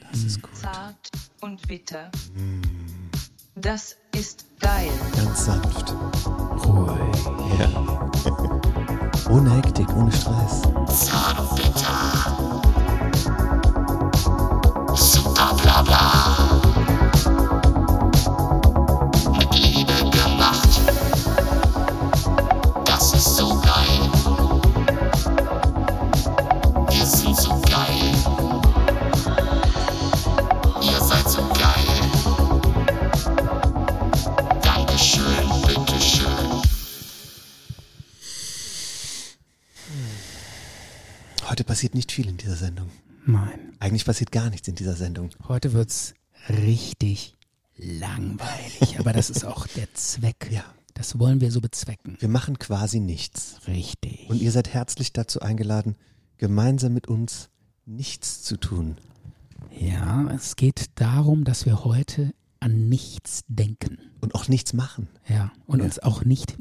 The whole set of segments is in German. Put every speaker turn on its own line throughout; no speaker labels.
Das ist gut.
Zart und bitter. Das ist geil.
Ganz sanft. Ruhig. Ja. ohne Hektik, ohne Stress.
Das ist so geil. Wir sind so geil. Ihr seid so geil. Dankeschön, bitteschön.
Heute passiert nicht viel in dieser Sendung.
Nein.
Eigentlich passiert gar nichts in dieser Sendung.
Heute wird's richtig langweilig. Aber das ist auch der Zweck.
Ja.
Das wollen wir so bezwecken.
Wir machen quasi nichts.
Richtig.
Und ihr seid herzlich dazu eingeladen, gemeinsam mit uns nichts zu tun.
ja, es geht darum, dass wir heute an nichts denken.
Und auch nichts machen.
Ja. Und
Ja.
uns auch nicht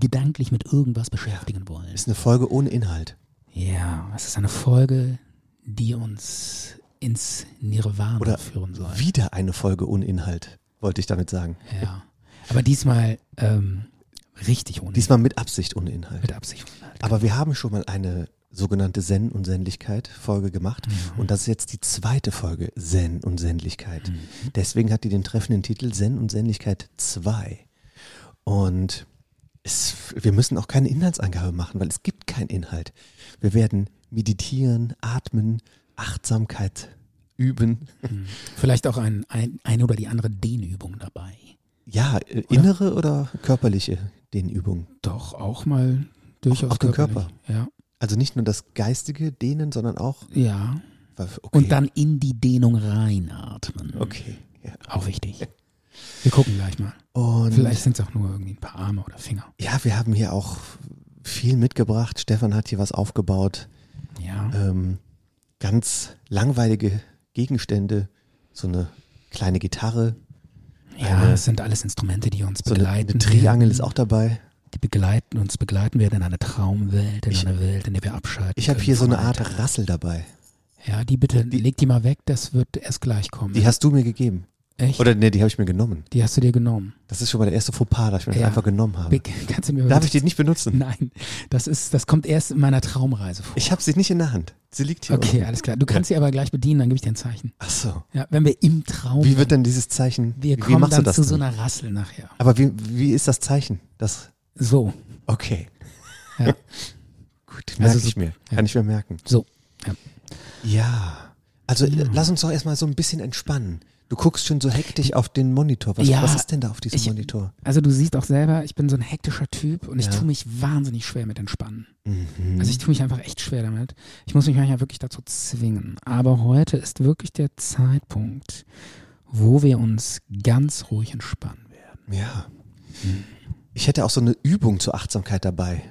gedanklich mit irgendwas beschäftigen wollen.
Ist eine Folge ohne Inhalt.
Ja, es ist eine Folge, die uns ins Nirvana
Oder
führen soll.
Wieder eine Folge ohne Inhalt, wollte ich damit sagen.
Ja. Aber diesmal ähm, richtig ohne
Diesmal mit Absicht ohne Inhalt.
mit Absicht. Halt.
Aber wir haben schon mal eine sogenannte Zen und Sendlichkeit Folge gemacht
Mhm.
und das ist jetzt die zweite Folge Zen und Sendlichkeit.
Mhm.
Deswegen hat die den treffenden Titel Zen und Sendlichkeit 2. Und es, wir müssen auch keine Inhaltsangabe machen, weil es gibt keinen Inhalt. Wir werden meditieren, atmen, Achtsamkeit üben.
Vielleicht auch ein, ein, eine oder die andere Dehnübung dabei.
Ja, äh, innere oder körperliche Dehnübungen.
Doch, auch mal durchaus
Auf- auf den
körperlich. Ja.
Also nicht nur das geistige Dehnen, sondern auch
ja.
okay.
Und dann in die Dehnung reinatmen.
okay. Ja.
Auch wichtig. Mhm. Wir gucken gleich mal.
Und
Vielleicht sind es auch nur irgendwie ein paar Arme oder Finger.
Ja, wir haben hier auch viel mitgebracht. Stefan hat hier was aufgebaut.
Ja.
Ähm, ganz langweilige Gegenstände, so eine kleine Gitarre,
ja, es sind alles Instrumente, die uns
so eine, eine
begleiten.
Triangel ist auch dabei.
Die begleiten uns, begleiten wir in eine Traumwelt, in eine Welt, in der wir abschalten.
Ich habe
können
hier so
vom
eine Art
Alltag.
Rassel dabei.
Ja, die bitte, leg die mal weg, das wird erst gleich kommen.
Die hast du mir gegeben.
Echt?
Oder nee, die habe ich mir genommen.
die hast du dir genommen.
Das ist schon mal der erste Fauxpas, dass ich mir
Ja.
das einfach genommen habe.
Big, kannst du mir
Darf ich die nicht benutzen?
Nein, das ist, das kommt erst in meiner Traumreise vor.
Ich habe sie nicht in der Hand. Sie liegt hier.
okay, alles klar. Du kannst sie aber gleich bedienen, dann gebe ich dir ein Zeichen.
Ach so.
Ja, wenn wir im Traum.
Wie wird denn dieses Zeichen?
wir
wie, wie
kommen
machst
dann
du das?
zu so
denn?
einer Rassel nachher.
Aber wie, wie ist das Zeichen? Das
So,
Okay.
Ja.
Gut, merke
Also so-
ich mir.
ja.
Kann ich mir merken.
so. Ja.
Ja. Also äh,
Hm.
lass uns doch erstmal so ein bisschen entspannen. Du guckst schon so hektisch auf den Monitor. Was,
Ja,
was ist denn da auf diesem
ich-
Monitor?
Also du siehst auch selber, ich bin so ein hektischer Typ und ich
Ja. Mhm.
tue mich wahnsinnig schwer mit Entspannen. Also ich tue mich einfach echt schwer damit. Ich muss mich manchmal wirklich dazu zwingen. Aber heute ist wirklich der Zeitpunkt, wo wir uns ganz ruhig entspannen werden.
Ja.
Hm.
Ich hätte auch so eine Übung zur Achtsamkeit dabei.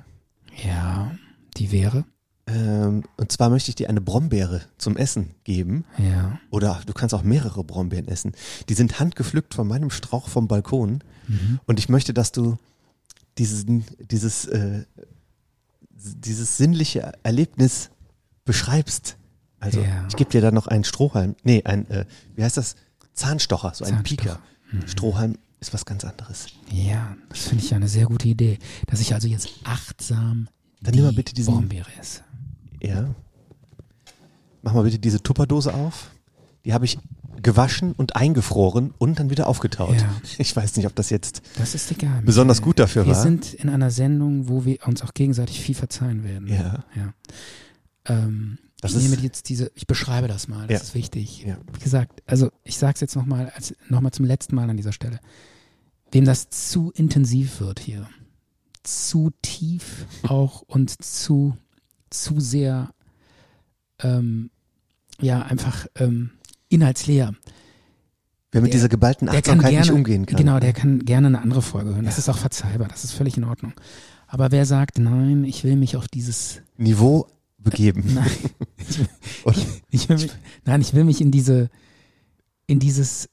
Ja, die wäre.
Ähm, und zwar möchte ich dir eine Brombeere zum Essen geben.
Ja.
Oder du kannst auch mehrere Brombeeren essen. Die sind handgepflückt von meinem Strauch vom Balkon.
Mhm.
Und ich möchte, dass du diesen, dieses, äh, dieses sinnliche Erlebnis beschreibst. Also
Ja.
ich gebe dir dann noch einen Strohhalm. Nee, ein, äh, wie heißt das? Zahnstocher, so ein
Zahnstocher. Mhm.
Pieker. Strohhalm ist was ganz anderes.
Ja, das finde ich ja eine sehr gute Idee, dass ich also jetzt achtsam
Dann
die
nimm mal bitte diesen-
Brombeere esse.
Ja. Mach mal bitte diese Tupperdose auf. Die habe ich gewaschen und eingefroren und dann wieder aufgetaut.
Ja.
Ich weiß nicht, ob das jetzt
Das ist egal.
besonders
Michael.
gut dafür
Wir
war.
sind in einer Sendung, wo wir uns auch gegenseitig viel verzeihen werden.
Ja.
ja. Ähm,
Das
ich
ist-
nehme jetzt diese, ich beschreibe das mal, das
Ja.
ist wichtig.
Ja.
Wie gesagt, also ich sage es jetzt nochmal noch mal zum letzten Mal an dieser Stelle. Wem das zu intensiv wird hier, zu tief auch und zu, zu sehr, ähm, ja, einfach ähm, inhaltsleer.
Wer mit
Der-
dieser geballten Achtsamkeit nicht umgehen kann.
Genau, der kann gerne eine andere Folge hören. Das ist auch verzeihbar, das ist völlig in Ordnung. Aber wer sagt, nein, ich will mich auf dieses,
Niveau begeben.
nein,
Oder?
ich will mich, nein, ich will mich in diese, in dieses,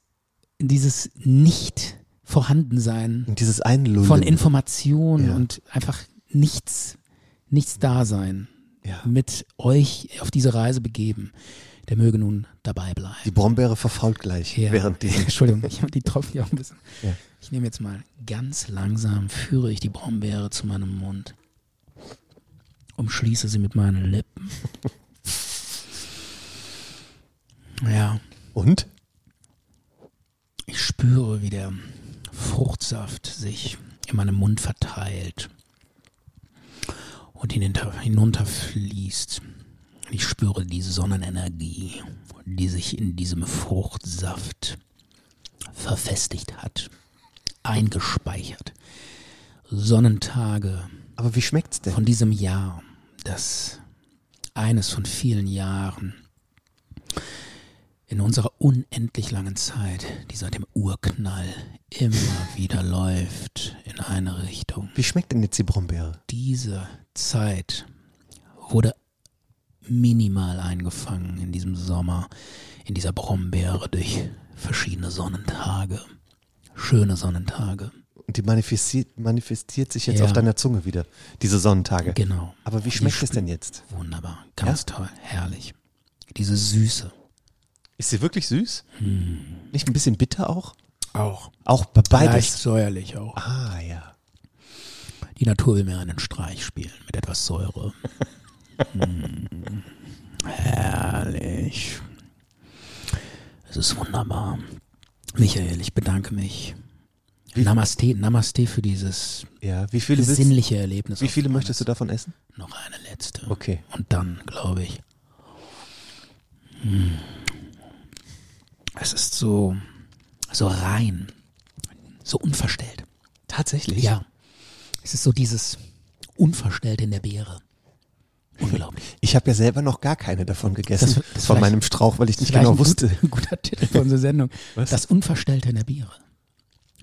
in dieses nicht vorhanden sein
Und dieses Einlullen.
von Informationen
Ja.
und einfach nichts, nichts da sein,
ja.
mit euch auf diese Reise begeben. der möge nun dabei bleiben.
Die Brombeere verfault gleich
Ja.
während diesem.
Entschuldigung, ich habe die drauf hier auch ein bisschen.
Ja.
Ich nehme jetzt mal ganz langsam, führe ich die Brombeere zu meinem Mund, umschließe sie mit meinen Lippen. Ja,
Und?
ich spüre, wie der Fruchtsaft sich in meinem Mund verteilt und hinunter, hinunterfließt. Ich spüre die Sonnenenergie, die sich in diesem Fruchtsaft verfestigt hat, eingespeichert. Sonnentage
Aber wie schmeckt's denn?
von diesem Jahr, das eines von vielen Jahren in unserer unendlich langen Zeit, die seit dem Urknall immer wieder läuft in eine Richtung.
Wie schmeckt denn jetzt die Brombeere?
Diese Zeit wurde minimal eingefangen in diesem Sommer, in dieser Brombeere durch verschiedene Sonnentage. Schöne Sonnentage.
Und die manifestiert, manifestiert sich jetzt
Ja.
auf deiner Zunge wieder, diese Sonnentage.
Genau.
Aber wie
Die
schmeckt es
schme-
denn jetzt?
Wunderbar, ganz toll, herrlich. Diese Süße.
Ist sie wirklich süß?
Hm.
Nicht ein bisschen bitter auch?
Auch.
Auch be-
Leicht
beides.
säuerlich auch.
Ah ja.
Die Natur will mir einen Streich spielen mit etwas Säure. mm. Herrlich. Es ist wunderbar. Michael, ich bedanke mich. Namaste, Namaste für dieses
Ja, wie viele, willst, wie
sinnliche Erlebnis. auf
viele
meiner-
möchtest du davon essen?
Noch eine letzte.
Okay.
Und dann, glaube ich. mm, Es ist so, so rein, so unverstellt.
Tatsächlich?
Ja. Es ist so dieses Unverstellte in der Beere. Unglaublich.
Ich habe ja selber noch gar keine davon gegessen.
Das- das
von
vielleicht-
meinem Strauch, weil ich nicht
Vielleicht
genau
ein gut-
wusste.
Ein guter Titel für unsere Sendung.
Was?
Das Unverstellte in der Beere.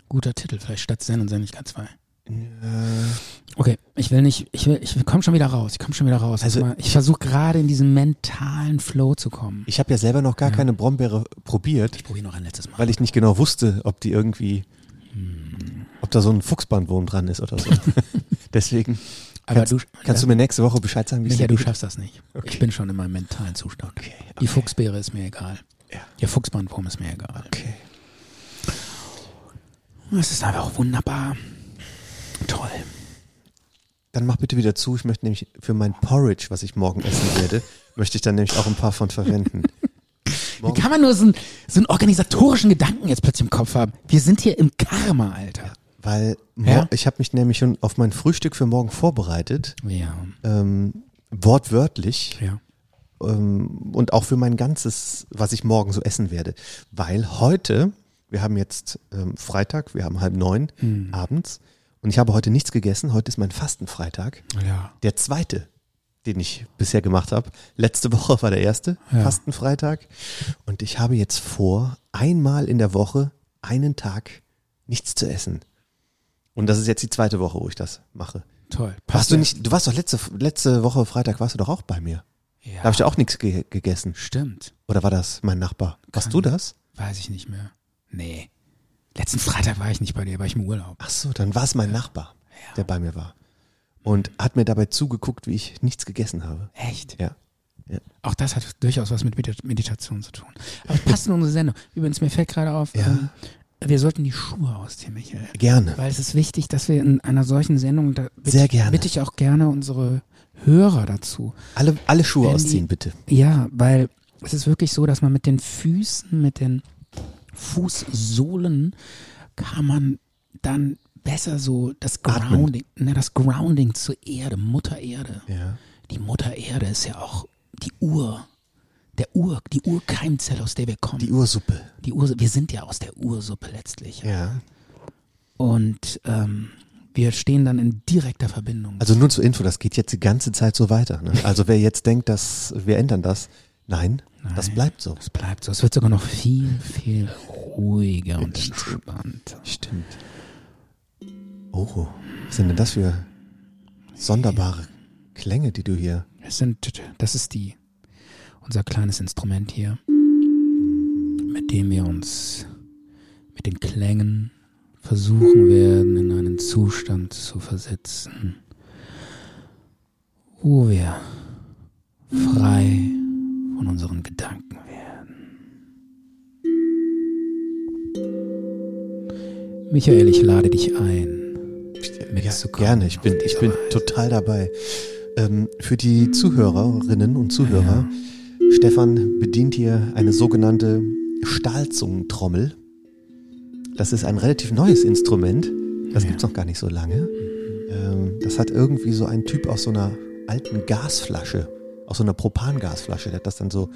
Guter Titel, vielleicht statt Zen und Sendlichkeit 2. Okay, ich will nicht, ich will, ich komme schon wieder raus, ich komme schon wieder raus.
Also-
Mal, ich versuche gerade in diesen mentalen Flow zu kommen.
Ich habe ja selber noch gar keine Brombeere probiert,
Ich probiere noch ein letztes Mal.
weil ich nicht genau wusste, ob die irgendwie,
Hm.
ob da so ein Fuchsbandwurm dran ist oder so. Deswegen
Aber
kannst,
du-
kannst du mir nächste Woche Bescheid sagen, wie es
Micha,
dir
du
geht.
schaffst das nicht. Ich bin schon in meinem mentalen Zustand.
okay.
Die Fuchsbeere ist mir egal.
Ja.
Der Fuchsbandwurm ist mir egal.
Okay.
Es ist einfach wunderbar. Toll.
Dann mach bitte wieder zu. Ich möchte nämlich für mein Porridge, was ich morgen essen werde, möchte ich dann nämlich auch ein paar von verwenden.
Wie kann man nur so einen, so einen organisatorischen Gedanken jetzt plötzlich im Kopf haben? Wir sind hier im Karma, Alter.
Weil mor-
Ja?
ich habe mich nämlich schon auf mein Frühstück für morgen vorbereitet,
Ja.
ähm, wortwörtlich
Ja.
ähm, und auch für mein ganzes, was ich morgen so essen werde. Weil heute, wir haben jetzt ähm, Freitag, wir haben halb neun
Hm.
abends und ich habe heute nichts gegessen. Heute ist mein Fastenfreitag.
Ja.
Der zweite, den ich bisher gemacht habe. Letzte Woche war der erste
Ja.
Fastenfreitag. Und ich habe jetzt vor, einmal in der Woche einen Tag nichts zu essen. Und das ist jetzt die zweite Woche, wo ich das mache.
Toll.
Warst du
ja.
nicht, du warst doch letzte, letzte Woche Freitag warst du doch auch bei mir.
Ja.
Da habe ich doch auch nichts ge gegessen.
Stimmt.
Oder war das mein Nachbar? Warst
Kann-
du das?
Weiß ich nicht mehr. Nee. Letzten Freitag war ich nicht bei dir, war ich im Urlaub.
Ach so, dann war es mein Nachbar,
Ja.
der bei mir war. Und hat mir dabei zugeguckt, wie ich nichts gegessen habe.
Echt?
Ja.
Auch das hat durchaus was mit Medita- Meditation zu tun. Aber es passt in unsere Sendung. Übrigens, mir fällt gerade auf,
Ja.
ähm, wir sollten die Schuhe ausziehen, Michael.
Gerne.
Weil es ist wichtig, dass wir in einer solchen Sendung, da bitte,
Sehr gerne.
bitte ich auch gerne unsere Hörer dazu.
Alle, alle Schuhe
Wenn die-
ausziehen, bitte.
Ja, weil es ist wirklich so, dass man mit den Füßen, mit den Fußsohlen kann man dann besser so das
Atmen.
Grounding, ne, das Grounding zur Erde, Mutter Erde.
Ja.
Die Mutter Erde ist ja auch die Ur, der Ur, die Urkeimzelle, aus der wir kommen.
Die Ursuppe.
Die Ur, wir sind ja aus der Ursuppe letztlich.
Ja.
Und ähm, wir stehen dann in direkter Verbindung.
Also nur zur Info, das geht jetzt die ganze Zeit so weiter. Ne? Also wer jetzt denkt, dass wir ändern das, nein, das
Nein.
bleibt so.
es bleibt so. Es wird sogar noch viel, viel ruhiger und entspannter.
Stimmt. Oh, was sind denn das für sonderbare Klänge, die du hier...
Es sind, das ist die, unser kleines Instrument hier, mit dem wir uns mit den Klängen versuchen werden, in einen Zustand zu versetzen, wo wir frei von unseren Gedanken Michael, ich lade dich ein. mitzukommen
gerne, ich bin,
auf
ich
dieser
bin
Reise.
total dabei. Ähm, für die Zuhörerinnen und Zuhörer, Stefan bedient hier eine sogenannte Stahlzungentrommel. Das ist ein relativ neues Instrument. Das
Ja.
gibt's noch gar nicht so lange. Ähm, das hat irgendwie so ein Typ aus so einer alten Gasflasche, aus so einer Propangasflasche. Der hat das dann so,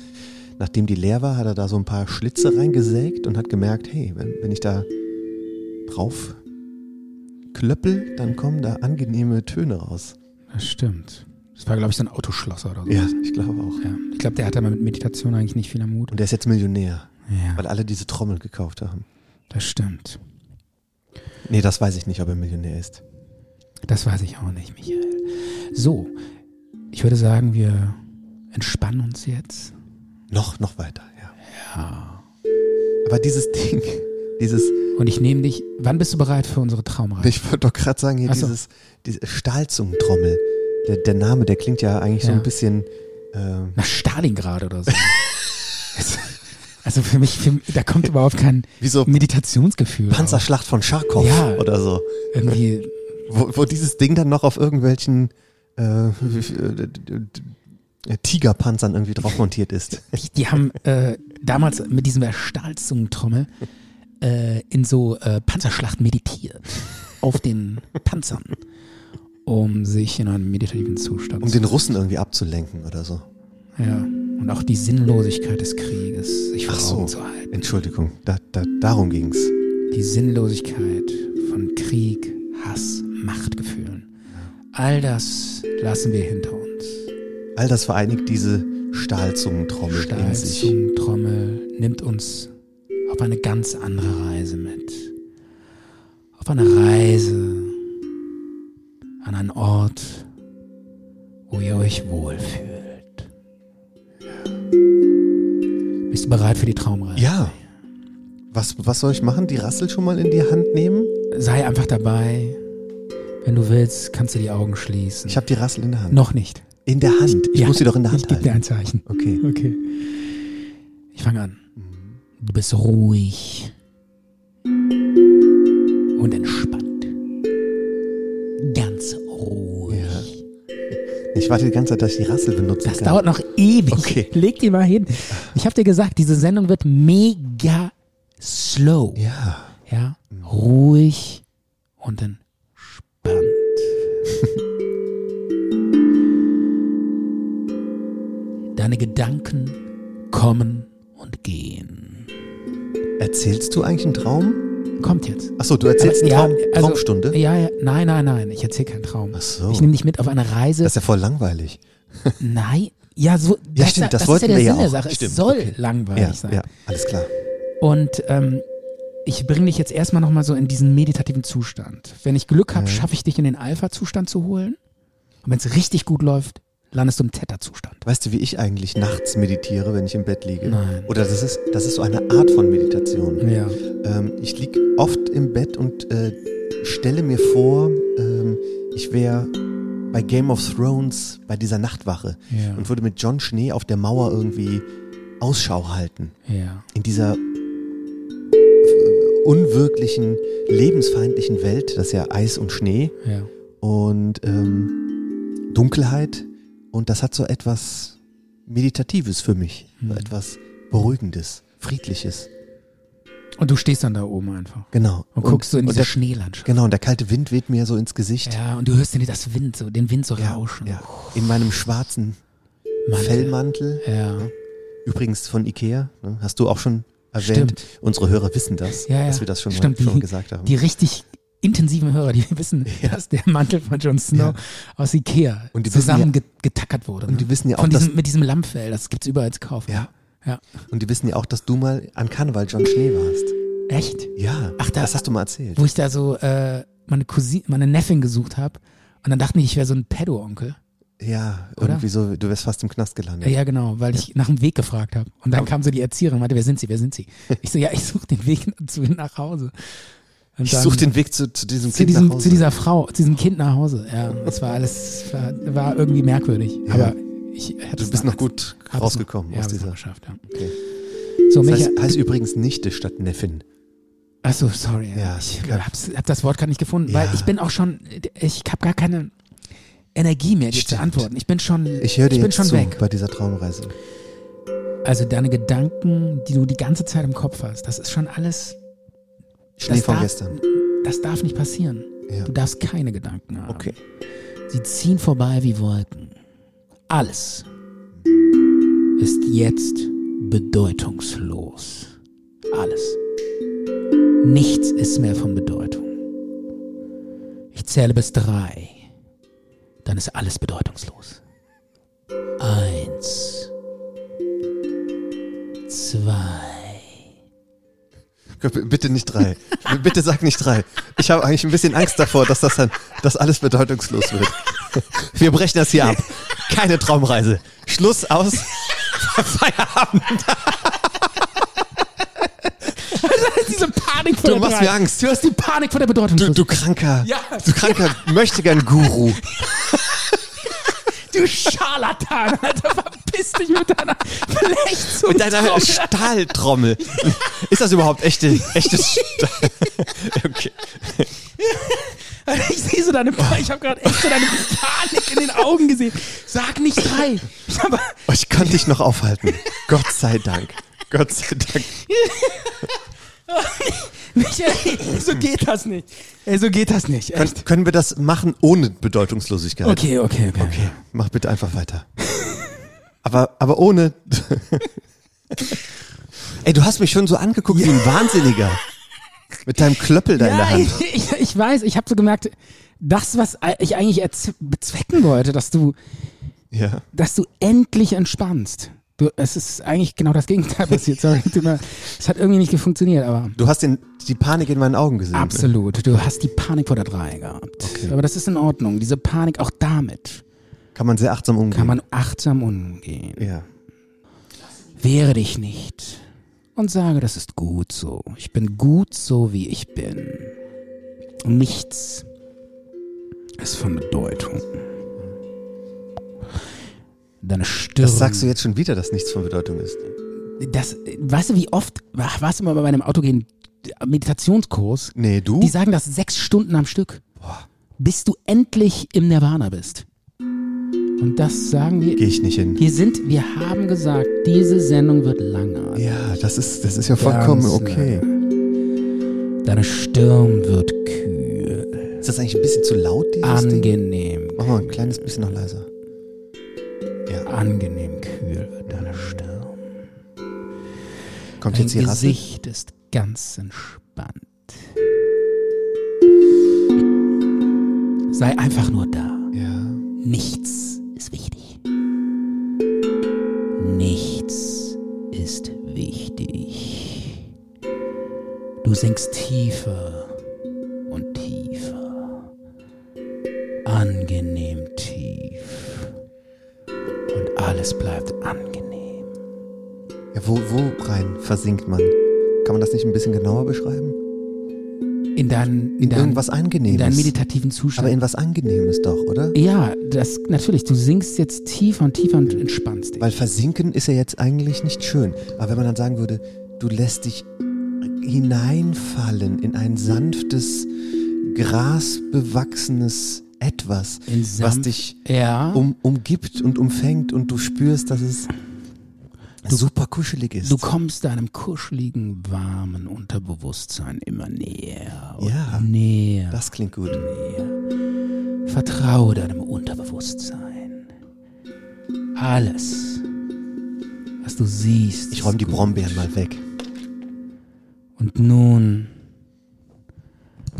nachdem die leer war, hat er da so ein paar Schlitze reingesägt und hat gemerkt, hey, wenn, wenn ich da drauf klöppel, dann kommen da angenehme Töne raus.
Das stimmt. Das war, glaube ich, so ein Autoschlosser oder so.
Ja, ich glaube auch.
Ja. Ich glaube, der hat aber mit Meditation eigentlich nicht viel am Mut.
Und der ist jetzt Millionär,
Ja,
weil alle diese Trommel gekauft haben.
das stimmt.
Nee, das weiß ich nicht, ob er Millionär ist.
Das weiß ich auch nicht, Michael. So, ich würde sagen, wir entspannen uns jetzt.
Noch, noch weiter, ja.
Ja.
Aber dieses Ding, dieses,
Und ich nehme dich. Wann bist du bereit für unsere Traumreise?
ich wollte doch gerade sagen, hier
Ach so.
dieses, diese Stahlzungentrommel. Der, der Name, der klingt ja eigentlich so
Ja.
ein bisschen, ähm,
Nach Stalingrad oder so. Es- also für mich, für, da kommt überhaupt kein
wie so
Meditationsgefühl.
Panzerschlacht von Scharkow
Ja.
oder so.
auf. Irgendwie,
Wo, wo dieses Ding dann noch auf irgendwelchen äh, Tigerpanzern irgendwie drauf montiert ist.
die, die haben äh, damals mit diesem Stahlzungentrommel äh, in so äh, Panzerschlachten meditiert. Auf den Panzern. Um sich in einen meditativen Zustand
Um
zu
den Russen irgendwie abzulenken oder so.
Ja. Und auch die Sinnlosigkeit des Krieges sich vor
Ach so.
Augen zu halten.
Entschuldigung, da, da, darum ging's.
Die Sinnlosigkeit von Krieg, Hass, Machtgefühlen. All das lassen wir hinter uns.
All das vereinigt diese Stahlzungentrommel in sich.
Stahlzungentrommel nimmt uns auf eine ganz andere Reise mit. Auf eine Reise an einen Ort, wo ihr euch wohlfühlt. Bist du bereit für die Traumreise?
Ja. Was, was soll ich machen? Die Rassel schon mal in die Hand nehmen?
Sei einfach dabei. Wenn du willst, kannst du die Augen schließen.
Ich habe die Rassel in der Hand.
Noch nicht.
In der Hand. Ich
Ja,
muss sie doch in der Hand
Ich gebe dir
halten.
ein Zeichen.
Okay.
Okay. Ich fange an. Du bist ruhig und entspannt. Ganz ruhig.
Ja. Ich warte die ganze Zeit, dass ich die Rassel benutzen
Das
kann.
dauert noch ewig.
Okay.
Leg die mal hin. Ich habe dir gesagt, diese Sendung wird mega slow.
Ja.
Ja, ruhig und entspannt. Deine Gedanken kommen und gehen.
Erzählst du eigentlich einen Traum?
Kommt jetzt.
Achso, du erzählst
Aber-
einen
ja,
Traum,
also-
Traumstunde?
Ja, ja, nein, nein, nein, ich erzähle keinen Traum.
Ach so.
Ich nehme dich mit auf eine Reise.
Das ist ja voll langweilig.
nein, ja, so,
Ja,
das, ist
stimmt, das,
das ist ja
wollten
der
wir
Sinn
ja
der
auch.
Sache.
Stimmt,
es soll
okay.
langweilig
ja,
sein.
ja, alles klar.
Und ähm, ich bringe dich jetzt erstmal nochmal so in diesen meditativen Zustand. Wenn ich Glück habe, schaffe ich dich in den Alpha-Zustand zu holen. Und wenn es richtig gut läuft, landest du im Theta-Zustand.
Weißt du, wie ich eigentlich nachts meditiere, wenn ich im Bett liege?
Nein.
Oder das ist, das ist so eine Art von Meditation.
Ja.
Ähm, ich liege oft im Bett und äh, stelle mir vor, ähm, ich wäre bei Game of Thrones bei dieser Nachtwache
Ja.
und würde mit John Schnee auf der Mauer irgendwie Ausschau halten.
ja.
In dieser äh, unwirklichen, lebensfeindlichen Welt, das ist ja Eis und Schnee
Ja.
und ähm, Dunkelheit. Und das hat so etwas Meditatives für mich, so
Mhm.
etwas Beruhigendes, Friedliches.
Und du stehst dann da oben einfach.
Genau.
Und, guckst so in diese
der-
Schneelandschaft.
Genau, und der kalte Wind weht mir so ins Gesicht.
Ja, und du hörst dir das Wind so, den Wind so
Ja,
rauschen.
ja. In meinem schwarzen
Mantel.
Fellmantel.
Ja.
Übrigens von Ikea. Ne? Hast du auch schon erwähnt.
Stimmt.
Unsere Hörer wissen das,
Ja, ja.
dass wir das schon,
Stimmt,
mal, schon
die-
mal gesagt haben.
Die richtig intensiven Hörer, die wissen, dass der Mantel von Jon Snow aus Ikea
Und die wissen
zusammen ge- getackert wurde.
und die
ne?
wissen ja auch,
Von
dass,
diesem, mit diesem Lammfell, das gibt's überall zu kaufen.
ja,
Ja.
und die wissen ja auch, dass du mal an Karneval John Schnee warst.
Echt?
Ja.
Ach, da-
das hast du mal erzählt.
Wo ich da so äh, meine Cousine, meine Neffin gesucht habe und dann dachten die, ich wäre so ein Pedo-Onkel.
Ja,
Oder?
irgendwie so, du wärst fast im Knast
Ja.
gelandet.
ja, genau, weil ich nach dem Weg gefragt habe. Und
Genau.
dann kam so die Erzieherin und meinte, wer sind sie, wer sind sie? Ich so, ja, ich suche den Weg zu, nach Hause. Und
ich
dann-
suche den Weg zu, zu diesem
zu
Kind
diesem,
nach Hause.
zu dieser Frau, zu diesem Kind nach Hause. Ja, das war alles, war, war irgendwie merkwürdig.
Ja.
Aber ich hätte
du
es
bist
dann
noch gut
hab's noch-
rausgekommen
ja,
aus
hab's noch
dieser.
geschafft, ja.
Okay.
So,
Das
Micha,
heißt, heißt übrigens Nichte statt Neffin.
Achso, sorry.
Ja,
ich
klar.
hab's, hab das Wort gerade nicht gefunden, weil
Ja.
ich bin auch schon, ich habe gar keine Energie mehr, dir zu
Stimmt.
antworten. Ich bin schon,
Ich höre dir
bin
jetzt
schon
zu
weg.
bei dieser Traumreise.
Also deine Gedanken, die du die ganze Zeit im Kopf hast, das ist schon alles,
Schnee
Das
von
darf-
gestern.
das darf nicht passieren.
Ja.
Du darfst keine Gedanken haben.
Okay.
Sie ziehen vorbei wie Wolken. Alles ist jetzt bedeutungslos. Alles. Nichts ist mehr von Bedeutung. Ich zähle bis drei. Dann ist alles bedeutungslos. Eins. Zwei.
Bitte nicht drei. Bitte sag nicht drei. Ich habe eigentlich ein bisschen Angst davor, dass das dann, dass alles bedeutungslos wird. Wir brechen das hier ab. Keine Traumreise. Schluss aus. Feierabend.
Diese Panik vor
Du machst mir Angst.
Du hast die Panik vor der Bedeutung.
Du, du kranker.
Ja.
Du kranker möchte gern Guru.
Du Scharlatan, Alter, verpiss dich mit deiner Blechzunge.
Mit deiner Stahltrommel. Ist das überhaupt echte, echtes Stahl? Okay.
Ich sehe so deine Panik, ich habe gerade echt so deine Panik in den Augen gesehen. Sag nicht drei. Aber
Oh, Ich konnte dich noch aufhalten. Gott sei Dank. Gott sei Dank.
Michael, so geht das nicht. Ey, so geht das nicht.
Können, können wir das machen ohne Bedeutungslosigkeit?
Okay, okay, okay.
Okay, mach bitte einfach weiter. aber, aber ohne. Ey, du hast mich schon so angeguckt wie ein Wahnsinniger. Mit deinem Klöppel da in der
Ja,
Hand.
ich, ich, ich weiß, ich habe so gemerkt, das, was ich eigentlich erz- bezwecken wollte, dass du,
Ja.
dass du endlich entspannst. Du, es ist eigentlich genau das Gegenteil passiert. Sorry, tut mir- es hat irgendwie nicht funktioniert, aber.
Du hast den, die Panik in meinen Augen gesehen. Ne?
Absolut. Du hast die Panik vor der 3 gehabt. Aber das ist in Ordnung. Diese Panik, auch damit
Kann man sehr achtsam umgehen.
kann man achtsam umgehen.
Ja.
Wehre dich nicht und sage, das ist gut so. Ich bin gut so, wie ich bin. Nichts ist von Bedeutung. Deine Stirn.
Das sagst du jetzt schon wieder, dass nichts von Bedeutung ist.
Das, weißt du, wie oft ach, warst du mal bei meinem autogenen Meditationskurs?
Nee, du?
Die sagen das sechs Stunden am Stück, bis du endlich im Nirvana bist. Und das sagen wir.
Gehe ich nicht hin.
Wir sind, wir haben gesagt, diese Sendung wird lange.
Ja, das ist, das ist ja vollkommen
Ganz
okay.
Deine Stirn wird kühl,
Ist das eigentlich ein bisschen zu laut, dieses Ding?
angenehm,
Mach mal ein kleines bisschen noch leiser. Ja,
angenehm kühl wird deine Stirn.
kommt
Dein
jetzt hier Rassel?
Gesicht ist ganz entspannt. Sei einfach nur da.
Ja.
Nichts ist wichtig. Nichts ist wichtig. Du sinkst tiefer und tiefer. Angenehm tief. Und alles bleibt angenehm.
Ja, wo, wo rein versinkt man? Kann man das nicht ein bisschen genauer beschreiben?
In deinen, in
In
deinen,
irgendwas
in deinen
Angenehmes.
meditativen Zustand.
aber in was Angenehmes doch, oder?
ja, das natürlich. Du sinkst jetzt tiefer und tiefer und entspannst dich.
Weil versinken ist ja jetzt eigentlich nicht schön. Aber wenn man dann sagen würde, du lässt dich hineinfallen in ein sanftes, grasbewachsenes Etwas,
In
was
sanft-
dich
ja.
um, umgibt und umfängt und du spürst, dass es super kuschelig ist.
Du kommst deinem kuscheligen, warmen Unterbewusstsein immer näher und
Ja.
näher.
das klingt gut.
Vertraue deinem Unterbewusstsein. Alles, was du siehst.
Ich
ist
räume die
gut.
Brombeeren mal weg.
Und nun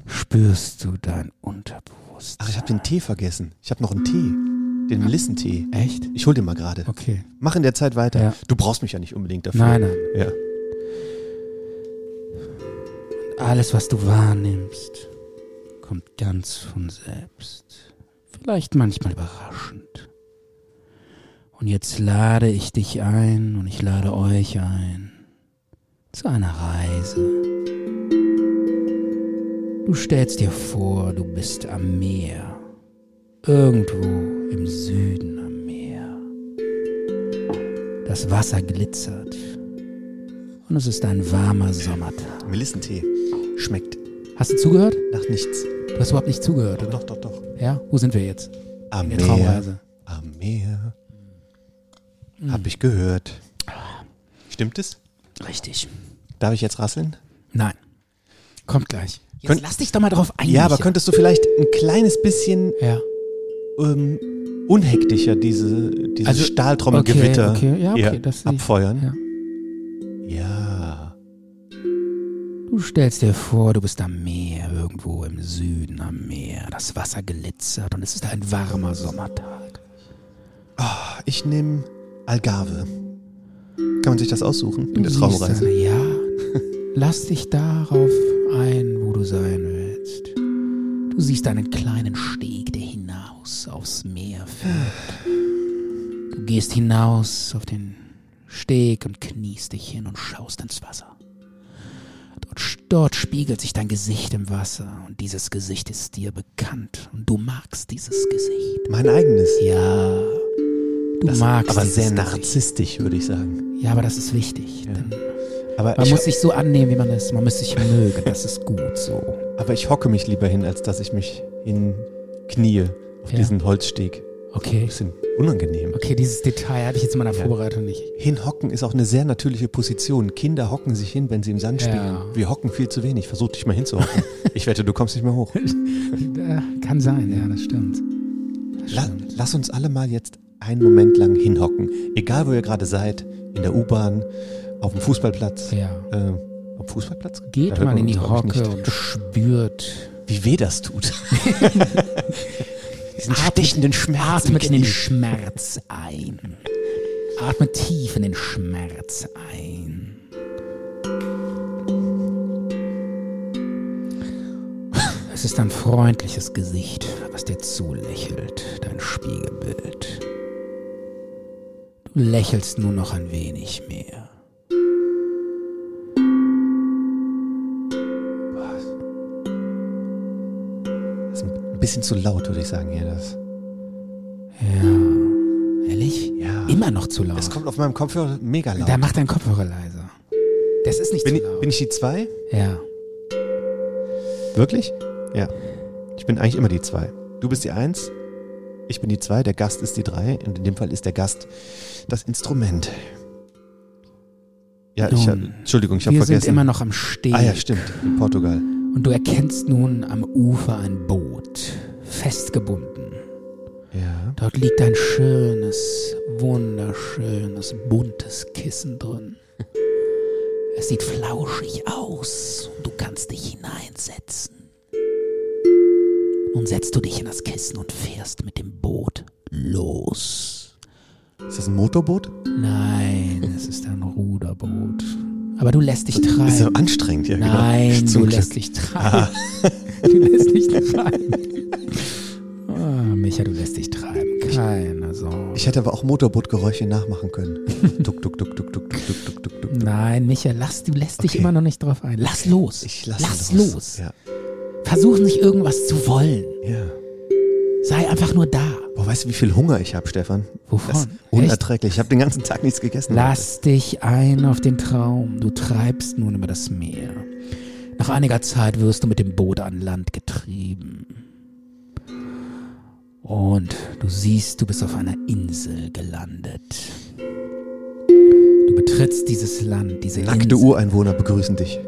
spürst du dein Unterbewusstsein.
Ach, ich habe den Tee vergessen. Ich habe noch einen Tee. Den Melissentee.
Echt?
Ich hol den mal gerade.
Okay.
Mach in der Zeit weiter.
Ja.
Du brauchst mich ja nicht unbedingt dafür.
Nein, nein.
Ja.
Alles, was du wahrnimmst, kommt ganz von selbst. Vielleicht manchmal überraschend. Und jetzt lade ich dich ein und ich lade euch ein zu einer Reise. Du stellst dir vor, du bist am Meer. Irgendwo im Süden am Meer. Das Wasser glitzert und es ist ein warmer Sommertag.
Melissentee schmeckt
Hast du zugehört?
nach nichts.
Du hast überhaupt nicht zugehört, oder?
Doch, doch, doch.
Ja? Wo sind wir jetzt?
Am
In der Traumreise.
Meer. Am Meer. Hab ich gehört. Stimmt es?
Richtig.
Darf ich jetzt rasseln?
Nein. Kommt gleich. Jetzt
Könnt-
lass dich doch mal drauf ein.
Ja, aber
Micha.
könntest du vielleicht ein kleines bisschen
Ja.
ähm, unhektischer diese, dieses
Also,
Stahltrommelgewitter
okay, okay, ja, okay,
hier
das-
abfeuern?
Ja.
Ja.
Du stellst dir vor, du bist am Meer, irgendwo im Süden am Meer. Das Wasser glitzert und es ist ein warmer Sommertag.
Ich nehme Algarve. Kann man sich das aussuchen in der
Du siehst
Traumreise?
eine- Ja. Lass dich darauf ein, wo du sein willst. Du siehst einen kleinen Steg, der hinaus aufs Meer führt. Du gehst hinaus auf den Steg und kniest dich hin und schaust ins Wasser. Dort, sch- dort spiegelt sich dein Gesicht im Wasser und dieses Gesicht ist dir bekannt und du magst dieses Gesicht.
Mein eigenes.
Ja, du
Das-
magst
aber
dieses
sehr
Gesicht.
narzisstisch, würde ich sagen.
Ja, aber das ist wichtig. Denn
Aber
man
ich,
muss sich so annehmen, wie man ist. Man muss sich mögen. Das ist gut so.
aber ich hocke mich lieber hin, als dass ich mich in Knie auf
Ja.
diesen Holzsteg.
Okay.
Bisschen unangenehm.
Okay, dieses Detail hatte ich jetzt in meiner Vorbereitung nicht.
Hinhocken ist auch eine sehr natürliche Position. Kinder hocken sich hin, wenn sie im Sand
Ja.
spielen. Wir hocken viel zu wenig. Versuch dich mal hinzuhocken. ich wette, du kommst nicht mehr hoch.
Äh, kann sein, ja, das stimmt. Das
La
stimmt.
lass uns alle mal jetzt einen Moment lang hinhocken. Egal, wo ihr gerade seid. In der U-Bahn, auf dem Fußballplatz.
Ja.
Äh, auf dem Fußballplatz? Da
Geht
hört
mal
man
in
uns,
die
glaub ich,
Hocke
nicht.
und spürt.
Wie weh das tut. Diesen stechenden Schmerz. im
Atmet in den
Knie.
Schmerz ein. Atmet tief in den Schmerz ein. Es ist ein freundliches Gesicht, was dir zulächelt, dein Spiegelbild. Du lächelst nur noch ein wenig mehr.
Das ist ein bisschen zu laut, würde ich sagen, hier. Das.
Ehrlich?
Ja.
Immer noch zu laut.
Es kommt auf meinem Kopfhörer mega laut.
Da macht dein Kopfhörer leiser. Das ist nicht
bin,
zu
ich,
laut.
bin ich die zwei?
ja.
Wirklich? Ja. Ich bin eigentlich immer die zwei. Du bist die eins, ich bin die zwei, der Gast ist die drei und in dem Fall ist der Gast das Instrument. Ja, ich hab,
Nun,
Entschuldigung, ich habe
Wir
vergessen.
sind immer noch am Steg.
ah ja, stimmt, in Portugal.
Und du erkennst nun am Ufer ein Boot, festgebunden.
Ja.
Dort liegt ein schönes, wunderschönes, buntes Kissen drin. Es sieht flauschig aus und du kannst dich hineinsetzen. Nun setzt du dich in das Kissen und fährst mit dem Boot los.
Ist das ein Motorboot?
Nein, es ist ein Ruderboot. Aber du lässt dich treiben.
Ist ja anstrengend, ja, genau.
Nein,
Zum
du
Glück. Ah.
lässt dich treiben. Du lässt dich treiben. Ah, Micha, du lässt dich treiben. Keine Sorge.
Ich hätte aber auch Motorbootgeräusche nachmachen können. duck, duck, duck, duck, duck, duck, duck, duck, duck, duck.
Nein, Micha, lass, du lässt dich
Okay.
immer noch nicht drauf ein. Lass los.
Ich lasse
los.
Ja.
Versuch nicht irgendwas zu wollen.
ja.
Sei einfach nur da.
Boah, weißt du, wie viel Hunger ich habe, Stefan?
Wovon?
Das ist unerträglich. Ich habe den ganzen Tag nichts gegessen.
Lass dich ein auf den Traum. Du treibst nun über das Meer. Nach einiger Zeit wirst du mit dem Boot an Land getrieben. Und du siehst, du bist auf einer Insel gelandet. Du betrittst dieses Land, diese
Nackte
Insel.
Ureinwohner begrüßen dich.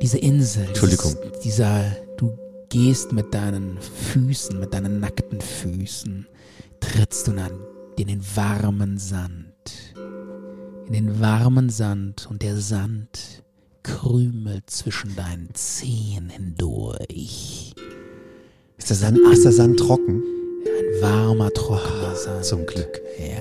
Diese Insel.
Entschuldigung.
Dieses, dieser, du gehst mit deinen Füßen, mit deinen nackten Füßen, trittst du dann in den warmen Sand. In den warmen Sand und der Sand krümelt zwischen deinen Zehen hindurch.
Ist der Sand, ist der Sand trocken?
Ein warmer, trockener Sand.
Zum Glück.
Ja,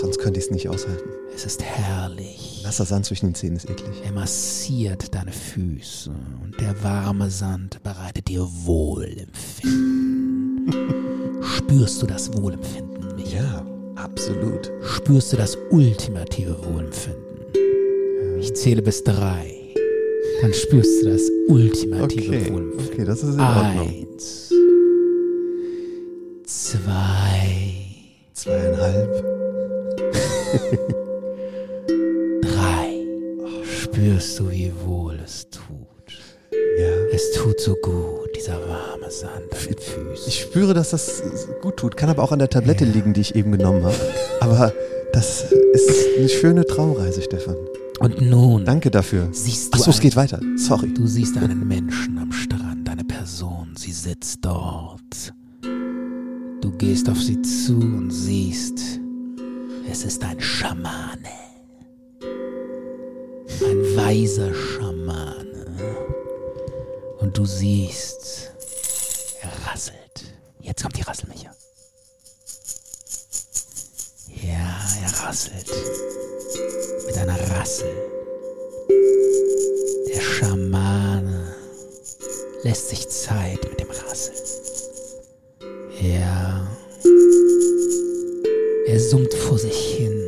Sonst könnte ich es nicht aushalten.
es ist herrlich.
Nasser Sand zwischen den Zähnen ist eklig.
Er massiert deine Füße und der warme Sand bereitet dir Wohlempfinden. Spürst du das Wohlempfinden, Micha?
Ja, absolut.
Spürst du das ultimative Wohlempfinden? Ich zähle bis drei. Dann spürst du das ultimative
Okay,
Wohlempfinden.
okay, das ist in Ordnung.
Eins. Zwei.
Zweieinhalb.
Drei. spürst du, wie wohl es tut.
Ja.
Es tut so gut, dieser warme Sand an den Füßen.
Ich spüre, dass das gut tut. Kann aber auch an der Tablette liegen, die ich eben genommen habe. Aber das ist eine schöne Traumreise, Stefan.
Und nun
Danke dafür.
siehst du,
Achso, es
ein-
geht weiter. Sorry.
du siehst einen Menschen am Strand, eine Person, sie sitzt dort. Du gehst auf sie zu und siehst, es ist ein Schamane. Ein weiser Schamane. Und du siehst, er rasselt. Jetzt kommt die Rasselmicher. Ja, er rasselt. Mit einer Rassel. Der Schamane lässt sich Zeit mit dem Rasseln. Ja. Er summt vor sich hin.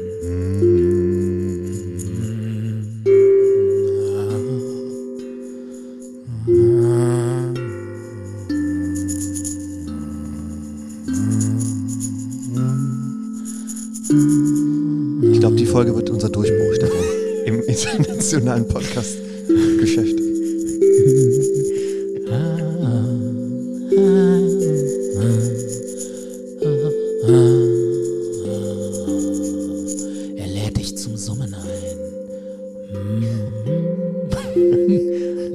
Ich glaube, die Folge wird unser Durchbruch, Stefan. Im internationalen Podcast-Geschäft.
Er lädt dich zum Summen ein.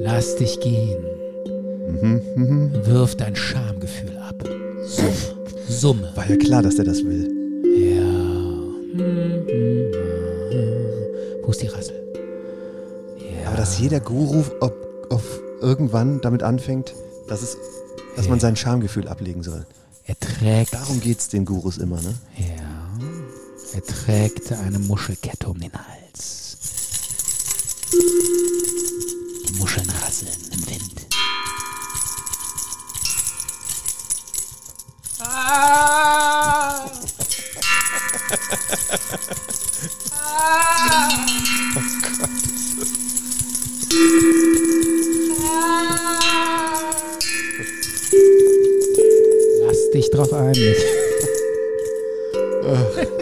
Lass dich gehen. Wirf dein Schamgefühl ab. Summe. Summe.
War ja klar, dass er das will.
Wo ist die Rassel?
Aber dass jeder Guru ob, auf irgendwann damit anfängt, dass, es, dass man sein Schamgefühl ablegen soll.
Er trägt.
Darum geht's den Gurus immer, ne?
Ja. Er trägt eine Muschelkette um den Hals. Die Muscheln rasseln im Wind. Lass dich drauf ein.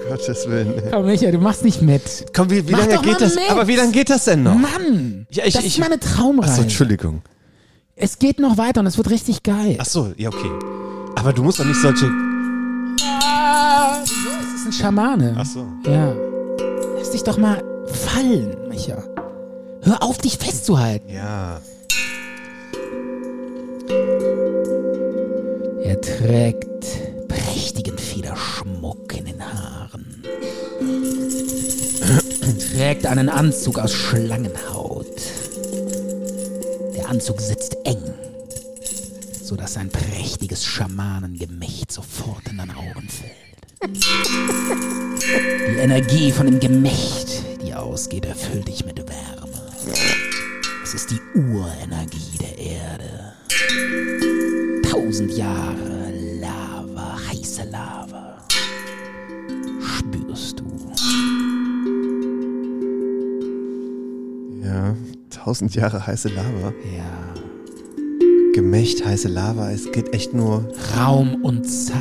Gottes Willen.
Komm, Michael, du machst nicht mit.
Komm, wie, wie
Mach
lange
doch mal
geht das?
mit.
Aber wie lange geht das denn noch?
Mann!
Genau. Ja, ich-
das
ich-
ist meine
Achso,
Traumreise.
Entschuldigung.
es geht noch weiter und es wird richtig geil.
Achso, ja, okay. Aber du musst doch nicht solche.
Das ist ein Schamane.
so.
Ja. Lass dich doch mal fallen, Micha. Hör auf, dich festzuhalten.
Ja.
Er trägt prächtigen Federschmuck in den Haaren. trägt einen Anzug aus Schlangenhaut. Der Anzug sitzt eng, sodass sein prächtiges Schamanengemächt sofort in deine Augen fällt. Die Energie von dem Gemächt, die ausgeht, erfüllt dich mit Wärme. Es ist die Urenergie der Erde. Tausend Jahre Lava, heiße Lava. Spürst du?
Ja. Tausend Jahre heiße Lava.
Ja.
Gemächt heiße Lava. Es geht echt nur.
Raum und Zeit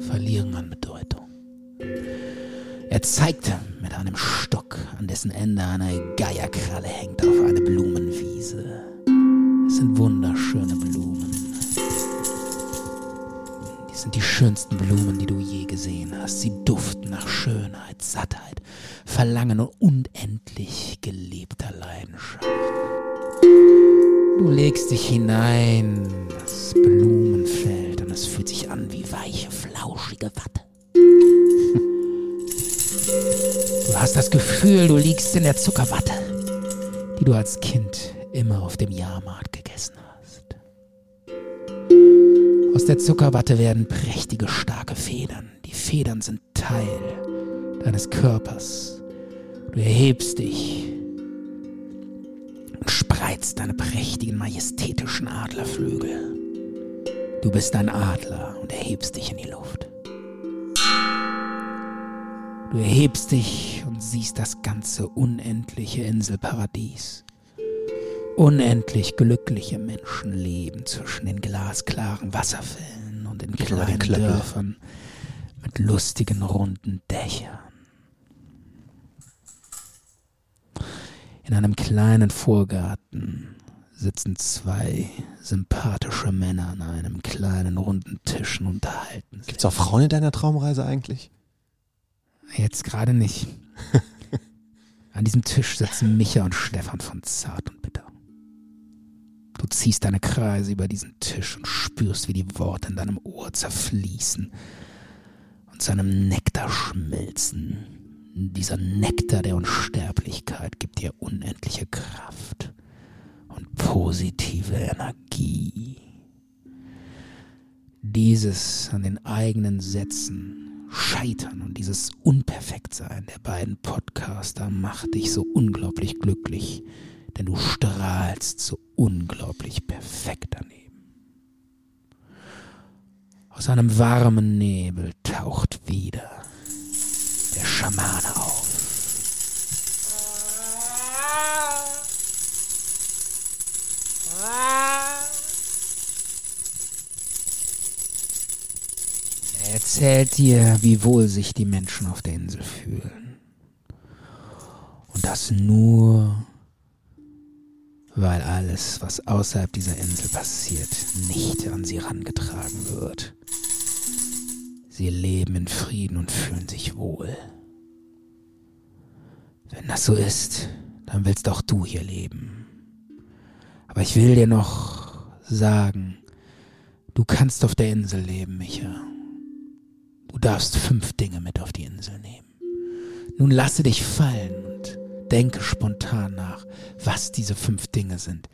verlieren an Bedeutung. Er zeigte mit einem Stock, an dessen Ende eine Geierkralle hängt auf eine Blumenwiese. Es sind wunderschöne Blumen. Dies sind die schönsten Blumen, die du je gesehen hast. Sie duften nach Schönheit, Sattheit, Verlangen und unendlich gelebter Leidenschaft. Du legst dich hinein, in das Blumenfeld, und es fühlt sich an wie weiche, flauschige Watte. Du hast das Gefühl, du liegst in der Zuckerwatte, die du als Kind immer auf dem Jahrmarkt gegessen hast. Aus der Zuckerwatte werden prächtige, starke Federn. Die Federn sind Teil deines Körpers. Du erhebst dich und spreizt deine prächtigen, majestätischen Adlerflügel. Du bist ein Adler und erhebst dich in die Luft. Du erhebst dich und siehst das ganze unendliche Inselparadies. Unendlich glückliche Menschen leben zwischen den glasklaren Wasserfällen und in
mal den
kleinen
Klöppel.
Dörfern mit lustigen runden Dächern. In einem kleinen Vorgarten sitzen zwei sympathische Männer an einem kleinen runden Tisch und unterhalten sich.
Gibt's auch Frauen in deiner Traumreise eigentlich?
Jetzt gerade nicht. An diesem Tisch sitzen Micha und Stefan von Zart und Bitter. Du ziehst deine Kreise über diesen Tisch und spürst, wie die Worte in deinem Ohr zerfließen und zu einem Nektar schmilzen. Dieser Nektar der Unsterblichkeit gibt dir unendliche Kraft und positive Energie. Dieses an den eigenen Sätzen scheitern und dieses Unperfektsein der beiden Podcaster macht dich so unglaublich glücklich, denn du strahlst so unglaublich perfekt daneben. Aus einem warmen Nebel taucht wieder der Schamane auf. Er erzählt dir, wie wohl sich die Menschen auf der Insel fühlen. Und das nur, weil alles, was außerhalb dieser Insel passiert, nicht an sie herangetragen wird. Sie leben in Frieden und fühlen sich wohl. Wenn das so ist, dann willst auch du hier leben. Aber ich will dir noch sagen, du kannst auf der Insel leben, Micha. Du darfst fünf Dinge mit auf die Insel nehmen. Nun lasse dich fallen und denke spontan nach, was diese fünf Dinge sind,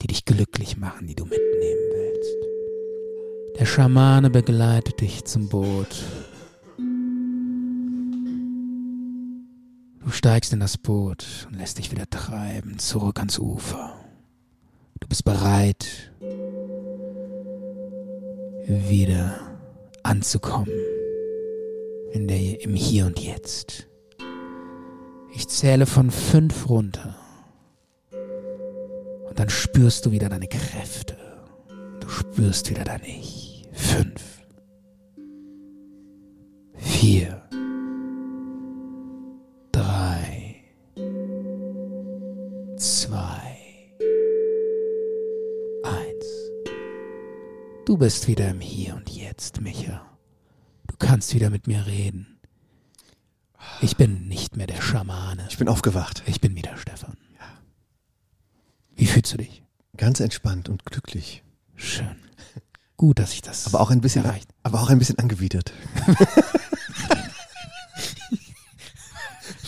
die dich glücklich machen, die du mitnehmen willst. Der Schamane begleitet dich zum Boot. Du steigst in das Boot und lässt dich wieder treiben, zurück ans Ufer. Du bist bereit, wieder anzukommen in der, im Hier und Jetzt. Ich zähle von fünf runter. Und dann spürst du wieder deine Kräfte. Du spürst wieder dein Ich. Fünf. Vier. Drei. Zwei. Eins. Du bist wieder im Hier und Jetzt, Micha. Du kannst wieder mit mir reden. Ich bin nicht mehr der Schamane.
Ich bin aufgewacht.
Ich bin wieder Stefan. Wie fühlst du dich?
Ganz entspannt und glücklich.
Schön. Gut, dass ich das.
Aber auch ein bisschen,
erreicht.
aber auch ein bisschen angewidert.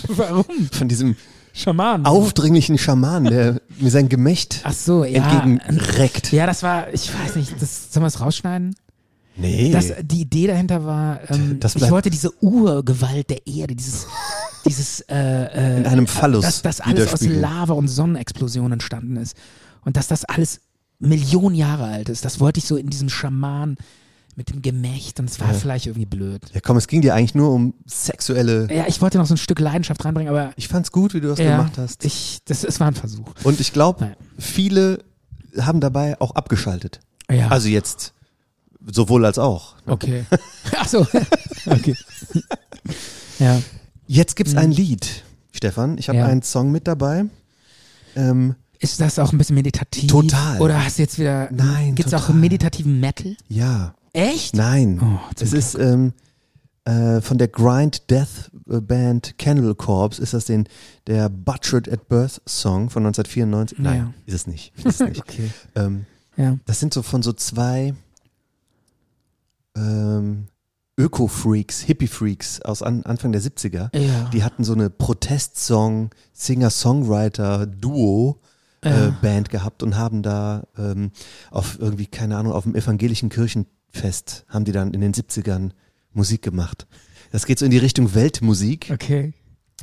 Warum?
Von diesem
Schaman.
aufdringlichen Schaman, der mir sein Gemächt
Ach so, ja.
entgegenreckt.
Ja, das war, ich weiß nicht, das sollen wir es rausschneiden?
Nee.
Das, die Idee dahinter war, ähm,
Das
ich
bleibt-
wollte diese Urgewalt der Erde, dieses, dieses, äh, äh,
in einem Phallus
dass das alles aus
widerspiegeln.
Lava und Sonnenexplosionen entstanden ist und dass das alles Millionen Jahre alt ist. Das wollte ich so in diesem Schaman mit dem Gemächt und es war vielleicht irgendwie blöd.
Ja, komm, es ging dir eigentlich nur um sexuelle.
Ja, ich wollte noch so ein Stück Leidenschaft reinbringen, aber
Ich fand's gut, wie du das
ja,
gemacht hast.
Ich, das, es war ein Versuch.
Und ich glaube,
Nein.
viele haben dabei auch abgeschaltet.
Ja.
Also jetzt sowohl als auch.
Okay. Ach so. Okay. Ja.
Jetzt gibt's ein Lied, Stefan. Ich habe
Mhm. Ja.
einen Song mit dabei. Ähm,
Ist das auch ein bisschen meditativ?
Total.
Oder hast du jetzt wieder.
Nein,
Gibt es auch
total.
meditativen Metal?
ja,
Echt?
nein.
Oh, zum
es ist ähm, äh, von der Grind Death äh, Band Candle Corpse. Ist das den der Butchered at Birth Song von 1994? Nein,
Ja.
ist es nicht. Ist es nicht.
Okay.
ähm,
Ja.
Das sind so von so zwei ähm, Öko-Freaks, Hippie-Freaks aus an, Anfang der 70er.
Ja.
Die hatten so eine Protestsong-Singer-Songwriter-Duo-Band äh, gehabt und haben da ähm, auf irgendwie, keine Ahnung, auf dem evangelischen Kirchenfest haben die dann in den 70ern Musik gemacht. Das geht so in die Richtung Weltmusik.
Okay.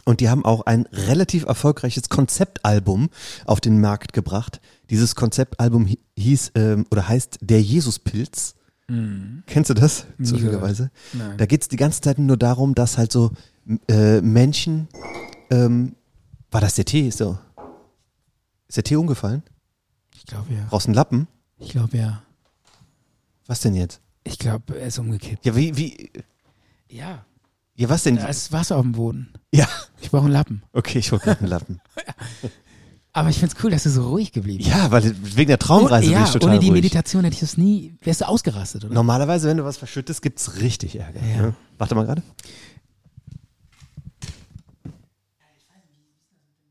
Und die haben auch ein relativ erfolgreiches Konzeptalbum auf den Markt gebracht. Dieses Konzeptalbum hi- hieß ähm, oder heißt Der Jesuspilz. Kennst du das?
Mhm. Nie
Zufälligerweise.
Nein.
Da geht's die ganze Zeit nur darum, dass halt so m- äh, Menschen. Ähm, war das der Tee? Ist der, ist der Tee umgefallen?
Ich glaube ja.
Brauchst einen Lappen?
Ich glaube ja.
Was denn jetzt?
Ich glaube, er ist umgekippt.
Ja, wie, wie,
Ja.
ja, was denn?
Da ist Wasser auf dem Boden.
Ja,
Ich brauche einen Lappen.
okay, ich hol grad einen Lappen.
Aber ich find's cool, dass du so ruhig geblieben bist.
Ja, weil wegen der Traumreise
Oh, ja,
bin ich total
ohne die
ruhig.
Meditation hätte ich das nie, wärst du ausgerastet, oder?
Hm. Normalerweise, wenn du was verschüttest, gibt's richtig Ärger.
Ja.
Ne? Warte mal gerade.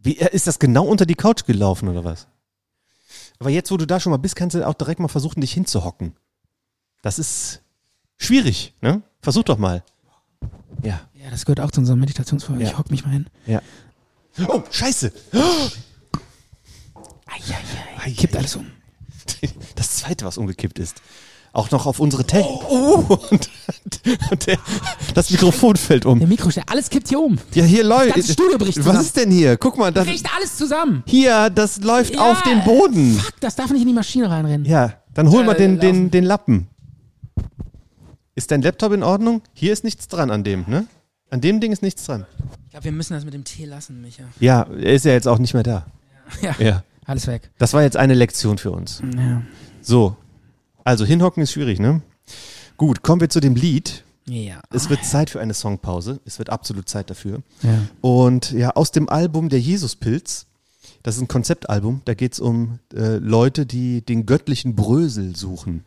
Wie, äh, ist das genau unter die Couch gelaufen oder was? Aber jetzt, wo du da schon mal bist, kannst du auch direkt mal versuchen, dich hinzuhocken. Das ist schwierig, ne? Versuch doch mal. Ja,
Ja, das gehört auch zu unserer Meditationsfolge.
Ja.
Ich hock mich mal hin.
ja. Oh, scheiße!
Eieiei. Kippt alles um.
Das zweite, was umgekippt ist. Auch noch auf unsere Tech. Oh, Und, und der, das Mikrofon fällt um.
Der Mikroständer, alles kippt hier um.
Ja, hier läuft.
ganze Studio bricht
Was
zusammen.
ist denn hier? Guck mal, das,
Bricht alles zusammen.
hier, das läuft
Ja,
auf den Boden.
Fuck, das darf nicht in die Maschine reinrennen.
Ja, dann hol mal
Äh,
den, den,
laufen.
den Lappen. Ist dein Laptop in Ordnung? Hier ist nichts dran an dem, ne? An dem Ding ist nichts dran.
Ich glaube, wir müssen das mit dem Tee lassen, Micha.
Ja, er ist ja jetzt auch nicht mehr da.
Ja.
Ja.
Alles weg.
Das war jetzt eine Lektion für uns.
Ja.
So. Also, hinhocken ist schwierig, ne? Gut, kommen wir zu dem Lied.
Ja.
Es wird Zeit für eine Songpause. Es wird absolut Zeit dafür.
ja.
Und ja, aus dem Album Der Jesuspilz, das ist ein Konzeptalbum, da geht es um äh, Leute, die den göttlichen Brösel suchen.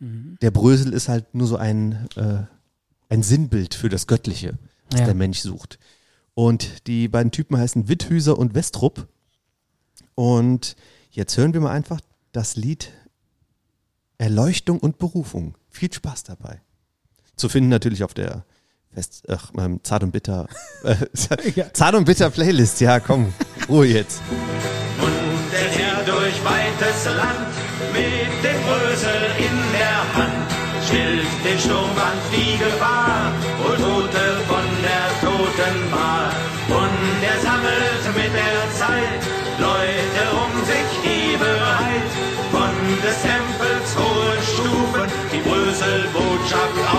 Der Brösel ist halt nur so ein, äh, ein Sinnbild für das Göttliche, was
Ja.
der Mensch sucht. Und die beiden Typen heißen Witthüser und Westrup. Und jetzt hören wir mal einfach das Lied Erleuchtung und Berufung. Viel Spaß dabei. Zu finden natürlich auf der Fest, ach, ähm, Zart und Bitter. Äh, Zart und Bitter Playlist, ja, komm, Ruhe jetzt.
Und der Herr durch weites Land mit dem Brösel in der Hand stillt den Sturm an die Gefahr und Tote von der Totenbar. Und er sammelt mit der Zeit Leute um sich, die bereit von des Tempels hohen Stufen die Brösel-Botschaft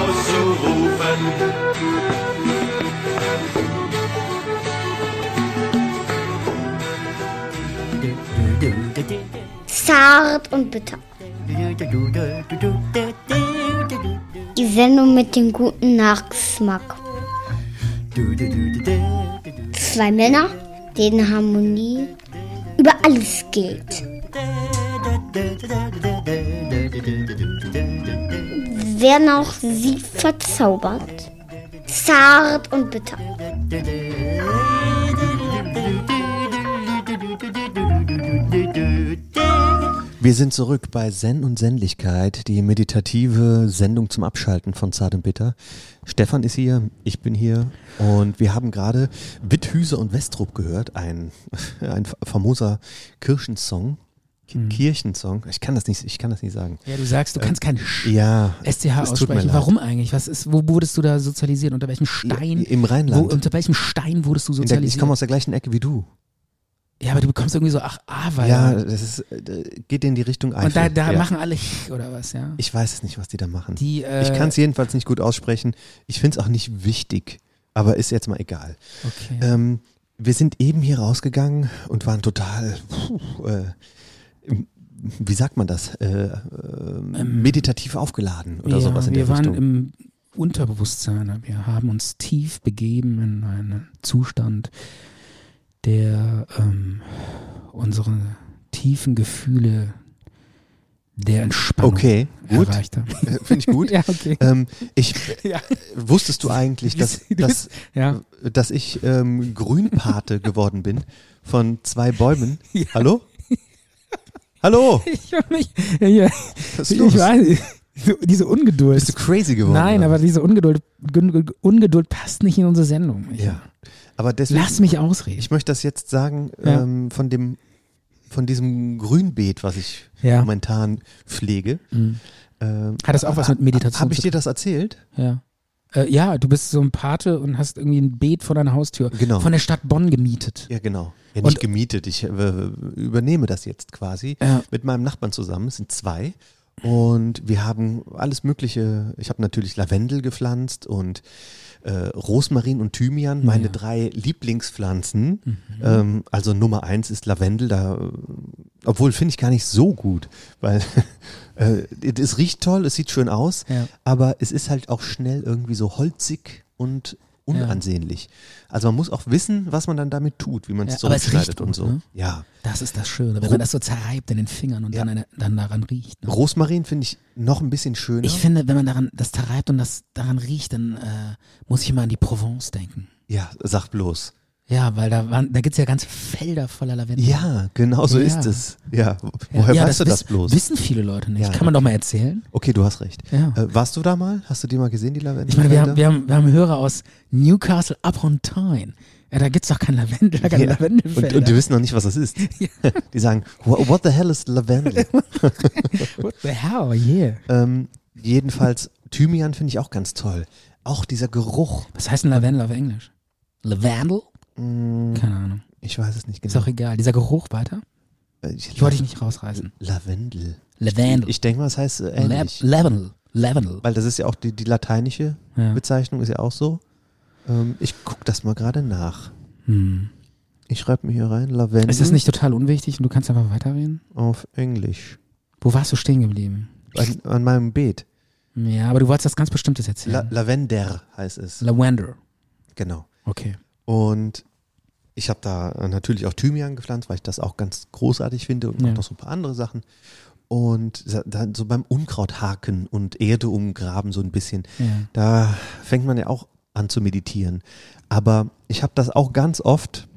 auszurufen.
Zart und bitter. Die Sendung mit dem guten Nachgeschmack. Zwei Männer, denen Harmonie über alles gilt. Werden auch sie verzaubert. Zart und bitter.
Wir sind zurück bei Zen und Sendlichkeit, die meditative Sendung zum Abschalten von Zart und Bitter. Stefan ist hier, ich bin hier und wir haben gerade Witthüse und Westrup gehört, ein, ein famoser Kirchensong. Ki-
Mhm.
Kirchensong, ich kann das nicht, ich kann das nicht sagen.
Ja, du sagst, du kannst kein Sch
Äh, Ja,
SCH
es tut mir
aussprechen.
leid.
Warum eigentlich? Was ist, wo wurdest du da sozialisiert? Unter welchem Stein?
Im
wo,
Rheinland.
unter welchem Stein wurdest du
In der, ich
sozialisiert?
komme aus der gleichen Ecke wie du.
ja, aber du bekommst irgendwie so, ach, Awa.
Ja, das ist, äh, geht in die Richtung Eifel.
Ah, Und da, da
ja.
machen alle oder was, ja?
Ich weiß es nicht, was die da machen.
Die, äh,
ich kann es jedenfalls nicht gut aussprechen. Ich finde es auch nicht wichtig, aber ist jetzt mal egal.
Okay.
Ähm, wir sind eben hier rausgegangen und waren total, puh, äh, im- wie sagt man das, äh, äh, meditativ aufgeladen oder
Ähm, ja,
sowas in
wir
der
waren
Richtung.
im Unterbewusstsein. Wir haben uns tief begeben in einen Zustand, der ähm, unsere tiefen Gefühle der Entspannung
Okay, gut.
erreicht hat.
Finde ich gut.
ja, okay.
ähm, ich,
Ja.
Wusstest du eigentlich, dass,
Du
dass,
bist-
äh,
ja.
dass ich ähm, Grünpate geworden bin von zwei Bäumen? Hallo? Hallo?
Ich, hab mich, ja,
Was ist
ich
los?
weiß, so- diese Ungeduld.
Bist du crazy geworden?
Nein,
oder
aber
was?
diese Ungeduld, Gun- Ungeduld passt nicht in unsere Sendung. Ich,
Ja. Aber deswegen,
Lass mich ausreden.
ich möchte das jetzt sagen
Ja.
ähm, von dem von diesem Grünbeet, was ich
Ja. Mhm.
momentan pflege. Ähm,
Hat das auch was mit Meditation
Habe ich
zu
dir das erzählt?
Ja. Äh, ja, du bist so ein Pate und hast irgendwie ein Beet vor deiner Haustür
Genau.
von der Stadt Bonn gemietet.
Ja, genau. Ja,
Und-
nicht gemietet. Ich äh, übernehme das jetzt quasi
Ja.
mit meinem Nachbarn zusammen. Es sind zwei. Und wir haben alles Mögliche. Ich habe natürlich Lavendel gepflanzt und äh, Rosmarin und Thymian, meine drei Lieblingspflanzen.
Mhm.
Ähm, also Nummer eins ist Lavendel. Da, äh, obwohl finde ich gar nicht so gut, weil äh, es riecht toll, es sieht schön aus,
Ja.
aber es ist halt auch schnell irgendwie so holzig und unansehnlich. Also man muss auch wissen, was man dann damit tut, wie man es
Ja, aber es
zurückschneidet
riecht
und
gut,
so.
ne?
Ja.
Das ist das Schöne, wenn
Ro-
man das so zerreibt in den Fingern und
Ja.
dann, eine, dann daran riecht. Ne?
Rosmarin finde ich noch ein bisschen schöner.
Ich finde, wenn man daran das zerreibt und das daran riecht, dann äh, muss ich immer an die Provence denken.
ja, sag bloß.
Ja, weil da, waren, da gibt's ja ganze Felder voller Lavendel.
Ja, genau so
Ja.
ist es. Ja, woher
ja,
weißt du das
wiss-
bloß?
Wissen viele Leute nicht.
Ja,
Kann man doch mal erzählen.
Okay, du hast recht.
Ja.
Äh, warst du da mal? Hast du die mal gesehen, die Lavendel?
Ich meine, wir haben, wir haben, wir haben Hörer aus Newcastle upon Tyne. Ja, da gibt's doch kein Lavendel, da keine
Ja. und,
Lavendelfelder.
und die wissen noch nicht, was das ist. Die sagen, "Wha- what the hell is Lavendel?
What the hell, yeah.
ähm, jedenfalls, Thymian finde ich auch ganz toll. Auch dieser Geruch.
Was heißt denn Lavendel auf Englisch? Lavendel? Keine Ahnung.
Ich weiß es nicht
Mm. Ist
genau.
auch egal. Dieser Geruch weiter?
Äh,
Ich wollte dich nicht rausreißen.
Lavendel.
Lavendel.
Ich denke mal, es heißt äh,
La-
ähnlich.
Lavendel. Lavendel.
Weil das ist ja auch die, die lateinische
Ja.
Bezeichnung, ist ja auch so. Ähm, ich gucke das mal gerade nach.
Hm.
Ich schreibe mir hier rein, Lavendel
Ist das nicht total unwichtig und du kannst einfach weiterreden?
auf Englisch.
Wo warst du stehen geblieben?
An, an meinem Beet.
Ja, aber du wolltest was ganz Bestimmtes
La
erzählen.
Lavender heißt es.
Lavender.
genau.
Okay.
Und ich habe da äh, natürlich auch Thymian gepflanzt, weil ich das auch ganz großartig finde und
Ja.
auch noch so ein paar andere Sachen. Und sa- dann so beim Unkrauthaken und Erde umgraben so ein bisschen,
Ja.
da fängt man ja auch an zu meditieren. Aber ich habe das auch ganz oft.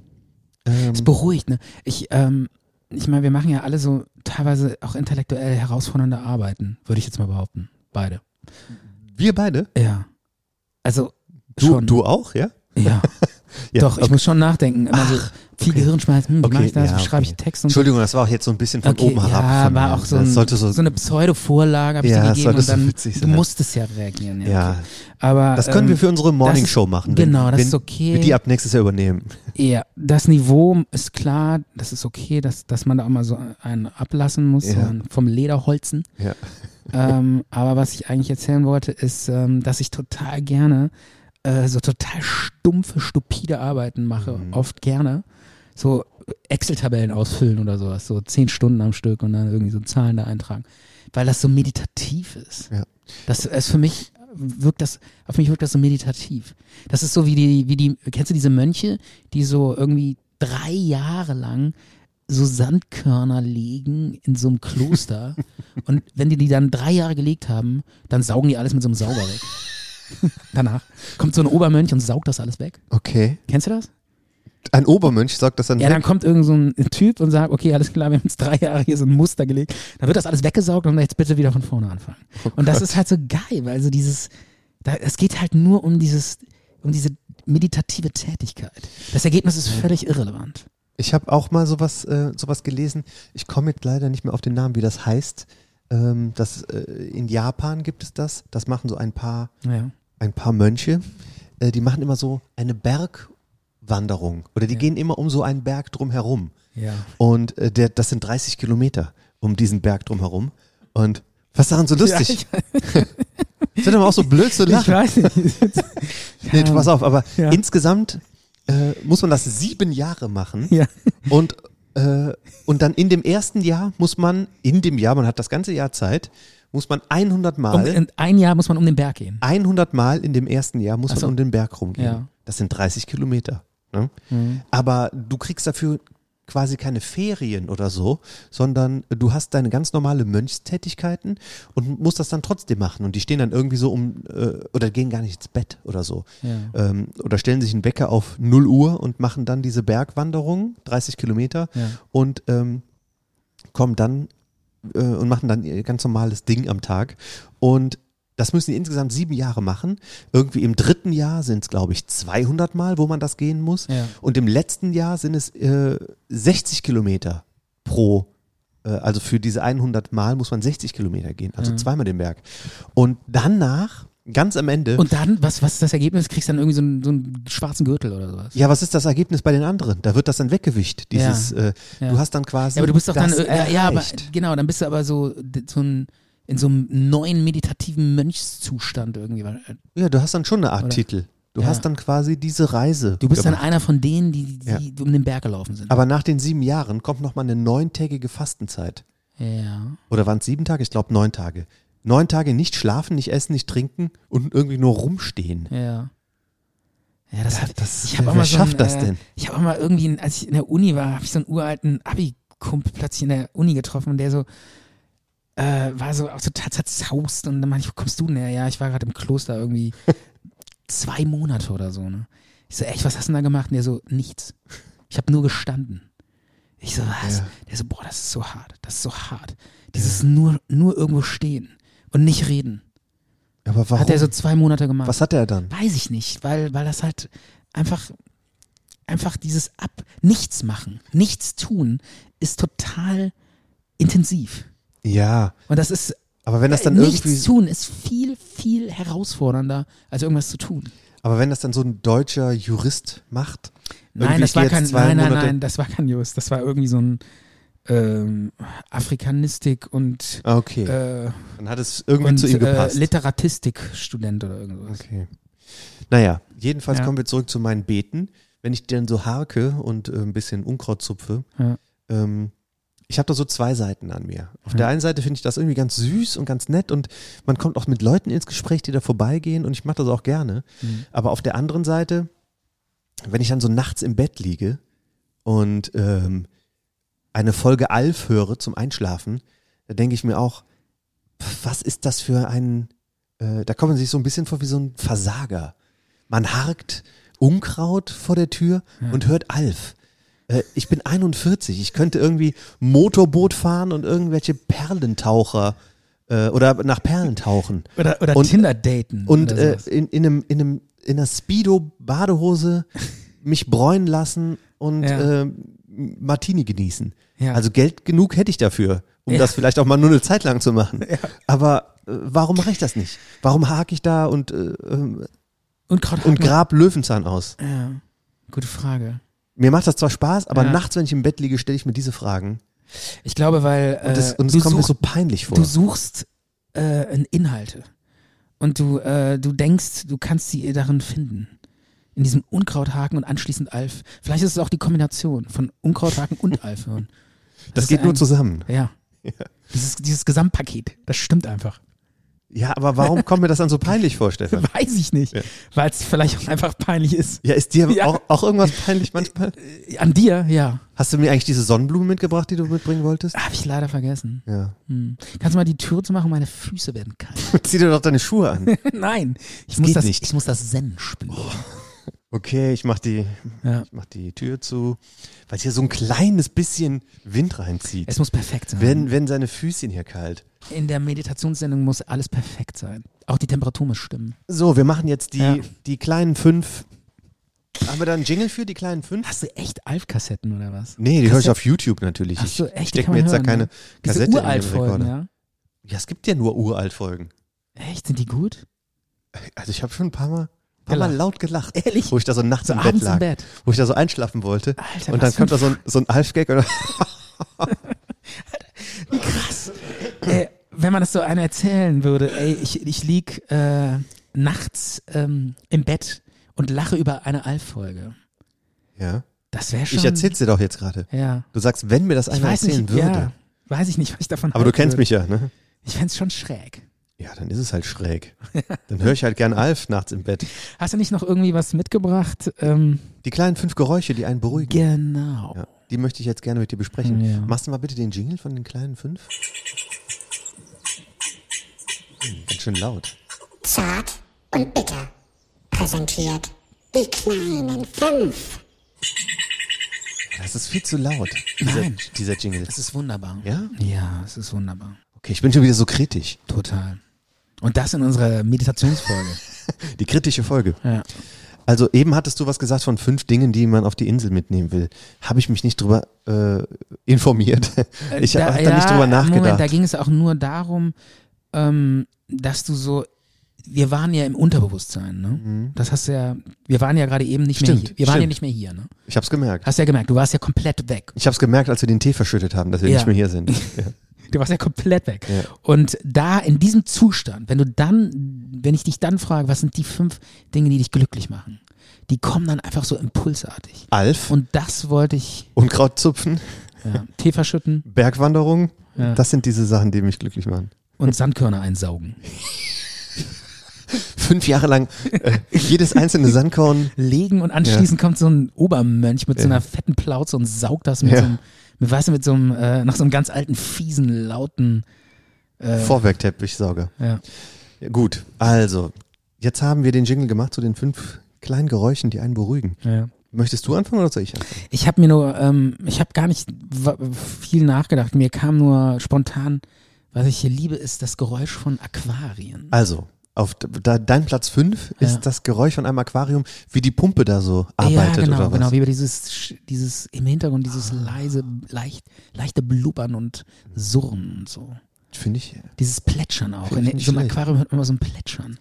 Ähm,
Es beruhigt, ne? Ich, ähm, ich meine, wir machen ja alle so teilweise auch intellektuell herausfordernde Arbeiten, würde ich jetzt mal behaupten. Beide.
wir beide?
Ja. Also
Du,
schon.
du auch, ja?
Ja.
ja
Doch, ich
okay.
muss schon nachdenken. Immer so viel Gehirnschmalz, hm, wie
Okay,
mach ich das,
ja,
wie schreibe
okay.
ich Text und so.
Entschuldigung, das war auch jetzt so ein bisschen von
Okay,
oben herab.
ja,
von
war
mir.
auch so,
das
ein,
sollte so,
so eine Pseudo-Vorlage, habe ich
Ja,
dir
das
gegeben
sollte
und
so
dann
witzig
du
sein.
musstest ja reagieren. Ja,
Ja.
Okay. Aber,
Das können
ähm,
wir für unsere Morning
das-
Show machen.
genau,
wenn,
das
wenn
ist okay.
Wir die ab nächstes Jahr übernehmen.
Ja, das Niveau ist klar, das ist okay, dass, dass man da auch mal so einen ablassen muss, so
Ja.
einen vom Lederholzen.
Ja.
ähm, aber was ich eigentlich erzählen wollte, ist, ähm, dass ich total gerne äh, so total stumpfe, stupide Arbeiten mache, oft gerne. So Excel-Tabellen ausfüllen oder sowas, so zehn Stunden am Stück und dann irgendwie so Zahlen da eintragen. Weil das so meditativ ist.
Ja.
Das ist für mich wirkt das, auf mich wirkt das so meditativ. Das ist so wie die, wie die, kennst du diese Mönche, die so irgendwie drei Jahre lang so Sandkörner legen in so einem Kloster und wenn die die dann drei Jahre gelegt haben, dann saugen die alles mit so einem Sauger weg. Danach kommt so ein Obermönch und saugt das alles weg.
Okay.
Kennst du das?
Ein Obermönch sagt das dann.
Ja, dann kommt irgend so ein Typ und sagt, okay, alles klar, wir haben jetzt drei Jahre hier so ein Muster gelegt. Dann wird das alles weggesaugt und jetzt bitte wieder von vorne anfangen. und das ist halt so geil, weil so dieses, da, es geht halt nur um dieses, um diese meditative Tätigkeit. Das Ergebnis ist völlig irrelevant.
Ich habe auch mal sowas, äh, sowas gelesen. Ich komme jetzt leider nicht mehr auf den Namen, wie das heißt. Ähm, das, äh, in Japan gibt es das. Das machen so ein paar,
Naja.
ein paar Mönche. Äh, die machen immer so eine Bergwanderung. Oder die
Ja.
gehen immer um so einen Berg drumherum.
Ja.
Und äh, der, das sind 30 Kilometer um diesen Berg drumherum. Und was daran so lustig? sind aber auch so blöd zu lachen.
Ich weiß nicht.
Nee, pass auf, aber
Ja.
insgesamt äh, muss man das sieben Jahre machen.
Ja.
Und, äh, und dann in dem ersten Jahr muss man, in dem Jahr, man hat das ganze Jahr Zeit, muss man 100
Um,
Mal,
in ein Jahr muss man um den Berg gehen.
100 Mal in dem ersten Jahr muss
Ach so.
man um den Berg rumgehen.
Ja. Mhm.
Das sind 30 Kilometer. Ne? Aber du kriegst dafür quasi keine Ferien oder so, sondern du hast deine ganz normale Mönchstätigkeiten und musst das dann trotzdem machen. Und die stehen dann irgendwie so um äh, oder gehen gar nicht ins Bett oder so.
Ja.
Ähm, oder stellen sich einen Wecker auf 0 Uhr und machen dann diese Bergwanderung, 30 Kilometer,
Ja.
und ähm, kommen dann äh, und machen dann ihr ganz normales Ding am Tag. Und das müssen die insgesamt sieben Jahre machen. Irgendwie im dritten Jahr sind es, glaube ich, 200 Mal, wo man das gehen muss.
Ja.
Und im letzten Jahr sind es äh, 60 Kilometer pro. äh, Also für diese 100 Mal muss man 60 Kilometer gehen, also
Mhm.
zweimal den Berg. Und danach, ganz am Ende,
Und dann, was, was ist das Ergebnis? Kriegst dann irgendwie so einen, so einen schwarzen Gürtel oder sowas.
Ja, was ist das Ergebnis bei den anderen? Da wird das dann weggewischt. Dieses, äh,
ja.
du hast dann quasi.
Ja, aber du bist doch dann,
das
äh, ja, aber
erreicht.
genau, dann bist du aber so, d- so ein, in so einem neuen meditativen Mönchszustand irgendwie. weil, äh,
ja, du hast dann schon eine Art
Oder?
Titel. Du
Ja.
hast dann quasi diese Reise.
Du bist dann
gemacht.
einer von denen, die,
Ja.
die um den Berg gelaufen sind.
Aber nach den sieben Jahren kommt nochmal eine neuntägige Fastenzeit.
ja.
Oder waren es sieben Tage? Ich glaube neun Tage. Neun Tage nicht schlafen, nicht essen, nicht trinken und irgendwie nur rumstehen.
Ja. Ja, das,
Ja,
hat,
das-
ich hab
wer-
auch
wer
mal so
schafft
einen,
das
äh,
denn?
Ich habe auch mal irgendwie, einen- als ich in der Uni war, habe ich so einen uralten Abi-Kumpel plötzlich in der Uni getroffen und der so äh, war so auch total zerzaust und dann meinte ich, wo kommst du denn her? Ja, ich war gerade im Kloster irgendwie zwei Monate oder so. Ne? Ich so, echt, was hast du denn da gemacht? Und der so, nichts. Ich habe nur gestanden. Ich so, was?
Ja.
Der so, boah, das ist so hart. Das ist so hart. Dieses nur, nur irgendwo stehen und nicht reden.
Aber warum?
Hat er so zwei Monate gemacht.
Was hat er dann?
Weiß ich nicht, weil, weil das halt einfach, einfach dieses Ab, nichts machen, nichts tun, ist total intensiv.
Ja,
Und das ist,
aber wenn das dann
nichts
irgendwie,
tun ist viel, viel herausfordernder, als irgendwas zu tun.
aber wenn das dann so ein deutscher Jurist macht,
Nein,
irgendwie, ich
das war
geh jetzt
kein,
zwei
nein, nein,
Monate-
nein, das war kein Jus, das war irgendwie so ein ähm, Afrikanistik und,
Ah, okay,
äh,
dann hat es irgendwie
und
zu ihm
äh,
gepasst.
Literatistik-Student oder irgendwas.
Okay. Naja, jedenfalls
Ja.
kommen wir zurück zu meinen Beeten. Wenn ich dann so harke und äh, ein bisschen Unkraut zupfe,
Ja.
ähm, ich habe da so zwei Seiten an mir. Auf der einen Seite finde ich das irgendwie ganz süß und ganz nett und man kommt auch mit Leuten ins Gespräch, die da vorbeigehen und ich mache das auch gerne.
Mhm.
Aber auf der anderen Seite, wenn ich dann so nachts im Bett liege und ähm, eine Folge Alf höre zum Einschlafen, da denke ich mir auch, pf, was ist das für ein, äh, da kommt man sich so ein bisschen vor wie so ein Versager. Man harkt Unkraut vor der Tür und hört Alf. Äh, Ich bin 41, ich könnte irgendwie Motorboot fahren und irgendwelche Perlentaucher äh, oder nach Perlen tauchen.
Oder, oder
Und-
Tinder-Daten.
Und
oder
äh,
sowas.
in, in, einem, in, einem, in einer Speedo-Badehose mich bräunen lassen und
Ja.
äh, Martini genießen.
Ja.
Also Geld genug hätte ich dafür, um
Ja.
das vielleicht auch mal nur eine Zeit lang zu machen. Aber äh, warum mache ich das nicht? Warum hake ich da und, äh, ähm,
und, Kraut
und
hat man-
grab Löwenzahn aus?
Ja, gute Frage.
Mir macht das zwar Spaß, aber
Ja.
nachts, wenn ich im Bett liege, stelle ich mir diese Fragen.
Ich glaube, weil äh,
Und das, und
du,
das kommt mir
such,
so peinlich vor.
du suchst äh, in Inhalte und du, äh, du denkst, du kannst sie darin finden. In diesem Unkrauthaken und anschließend Alf. Vielleicht ist es auch die Kombination von Unkrauthaken und Alf hören.
das
ist
geht nur
ein-
zusammen.
Ja. Dieses, dieses Gesamtpaket, das stimmt einfach.
Ja, aber warum kommt mir das dann so peinlich vor, Stefan?
Weiß ich nicht, weil es vielleicht auch einfach peinlich ist.
Ja, ist dir
Ja.
Auch, auch irgendwas peinlich manchmal?
An dir, ja.
Hast du mir eigentlich diese Sonnenblume mitgebracht, die du mitbringen wolltest?
Habe ich leider vergessen.
Ja.
Hm. Kannst du mal die Tür zu machen? Meine Füße werden kalt.
Zieh dir doch deine Schuhe an.
Nein, ich muss,
geht
das,
nicht. Oh.
ich muss das Zen spüren.
Okay, ich mach die,
Ja.
ich mach die Tür zu, weil es hier so ein kleines bisschen Wind reinzieht.
Es muss perfekt sein.
Werden, werden seine Füßchen hier kalt.
In der Meditationssendung muss alles perfekt sein. Auch die Temperatur muss stimmen.
So, wir machen jetzt die,
Ja.
die kleinen fünf. Haben wir da einen Jingle für, die kleinen fünf?
Hast du echt Alf-Kassetten oder was?
Nee, die höre ich auf YouTube natürlich.
Ach so,
Ich
echt, die
steck
kann
mir
man
jetzt da
hören,
keine
ne? Diese
Kassette in den
Uralt-Folgen,
Rekorder.
ja?
ja, es gibt ja nur Uralt-Folgen.
Echt, sind die gut?
Also ich habe schon ein paar Mal, paar
Gelacht.
Mal laut gelacht.
Ehrlich?
Wo ich da so nachts
So
im Bett
abends
lag.
im Bett.
Wo ich da so einschlafen wollte.
Alter,
und dann
was für ein
kommt da so ein, so ein Alf-Gag oder
Krass. äh, wenn man das so einem erzählen würde, ey, ich, ich lieg äh, nachts ähm, im Bett und lache über eine Alf-Folge.
Ja.
Das wäre schon...
Ich erzähl's dir doch jetzt gerade.
Ja.
Du sagst, wenn mir das
Ich
einer
weiß
erzählen
nicht,
würde.
ja. Weiß ich nicht, was ich davon
Aber du
halten
kennst
würde.
mich ja, ne?
Ich fänd's schon schräg.
Ja, dann ist es halt schräg. Dann höre ich halt gern Alf nachts im Bett.
Hast du nicht noch irgendwie was mitgebracht? Ähm,
Die kleinen fünf Geräusche, die einen beruhigen.
genau.
Ja, die möchte ich jetzt gerne mit dir besprechen.
Ja.
Machst du mal bitte den Jingle von den kleinen fünf? Hm, ganz schön laut.
Zart und bitter. Präsentiert die kleinen fünf.
Das ist viel zu laut, dieser,
Nein.
dieser Jingle.
Es ist wunderbar.
Ja?
Ja, es ist wunderbar.
Okay, ich bin schon wieder so kritisch.
Total. Und das in unserer Meditationsfolge.
Die kritische Folge.
ja.
Also eben hattest du was gesagt von fünf Dingen, die man auf die Insel mitnehmen will. Habe ich mich nicht drüber äh, informiert. Ich habe da,
Äh, ja,
nicht drüber nachgedacht.
Moment, da ging es auch nur darum, ähm, dass du so, wir waren ja im Unterbewusstsein, ne? Das hast du ja, wir waren ja gerade eben nicht
Mhm. Stimmt,
mehr hier. Wir waren ja
stimmt.
nicht mehr hier, ne?
ich habe es gemerkt.
Hast ja gemerkt, du warst ja komplett weg.
Ich habe es gemerkt, als wir den Tee verschüttet haben, dass wir
Ja.
nicht mehr hier sind. Ja.
Du warst ja komplett weg.
Ja.
Und da in diesem Zustand, wenn du dann, wenn ich dich dann frage, was sind die fünf Dinge, die dich glücklich machen, die kommen dann einfach so impulsartig.
Alf,
Und das wollte ich
Unkraut zupfen,
ja, Tee verschütten
Bergwanderung,
Ja.
das sind diese Sachen, die mich glücklich machen.
und Sandkörner einsaugen.
fünf Jahre lang äh, jedes einzelne Sandkorn.
legen und anschließend kommt so ein Obermönch mit so einer fetten Plauze und saugt das mit
Ja.
so einem, mit, weißt du, mit so einem, äh, nach so einem ganz alten, fiesen, lauten,
Vorwerkteppichsauger.
ja.
Ja, gut, also, jetzt haben wir den Jingle gemacht zu den fünf kleinen Geräuschen, die einen beruhigen.
ja.
Möchtest du anfangen oder soll ich anfangen?
Ich habe mir nur, ähm, ich habe gar nicht wa- viel nachgedacht. Mir kam nur spontan, was ich hier liebe, ist das Geräusch von Aquarien.
Also, auf d- da, dein Platz fünf ist
Ja.
das Geräusch von einem Aquarium, wie die Pumpe da so arbeitet
ja, genau,
oder was? Ah.
genau, wie über dieses, Sch- dieses im Hintergrund dieses leise, leicht, leichte Blubbern und Surren und so.
Finde ich.
Dieses Plätschern auch.
Finde ich
In
nicht
so einem
schlecht.
Aquarium hört man immer so ein Plätschern.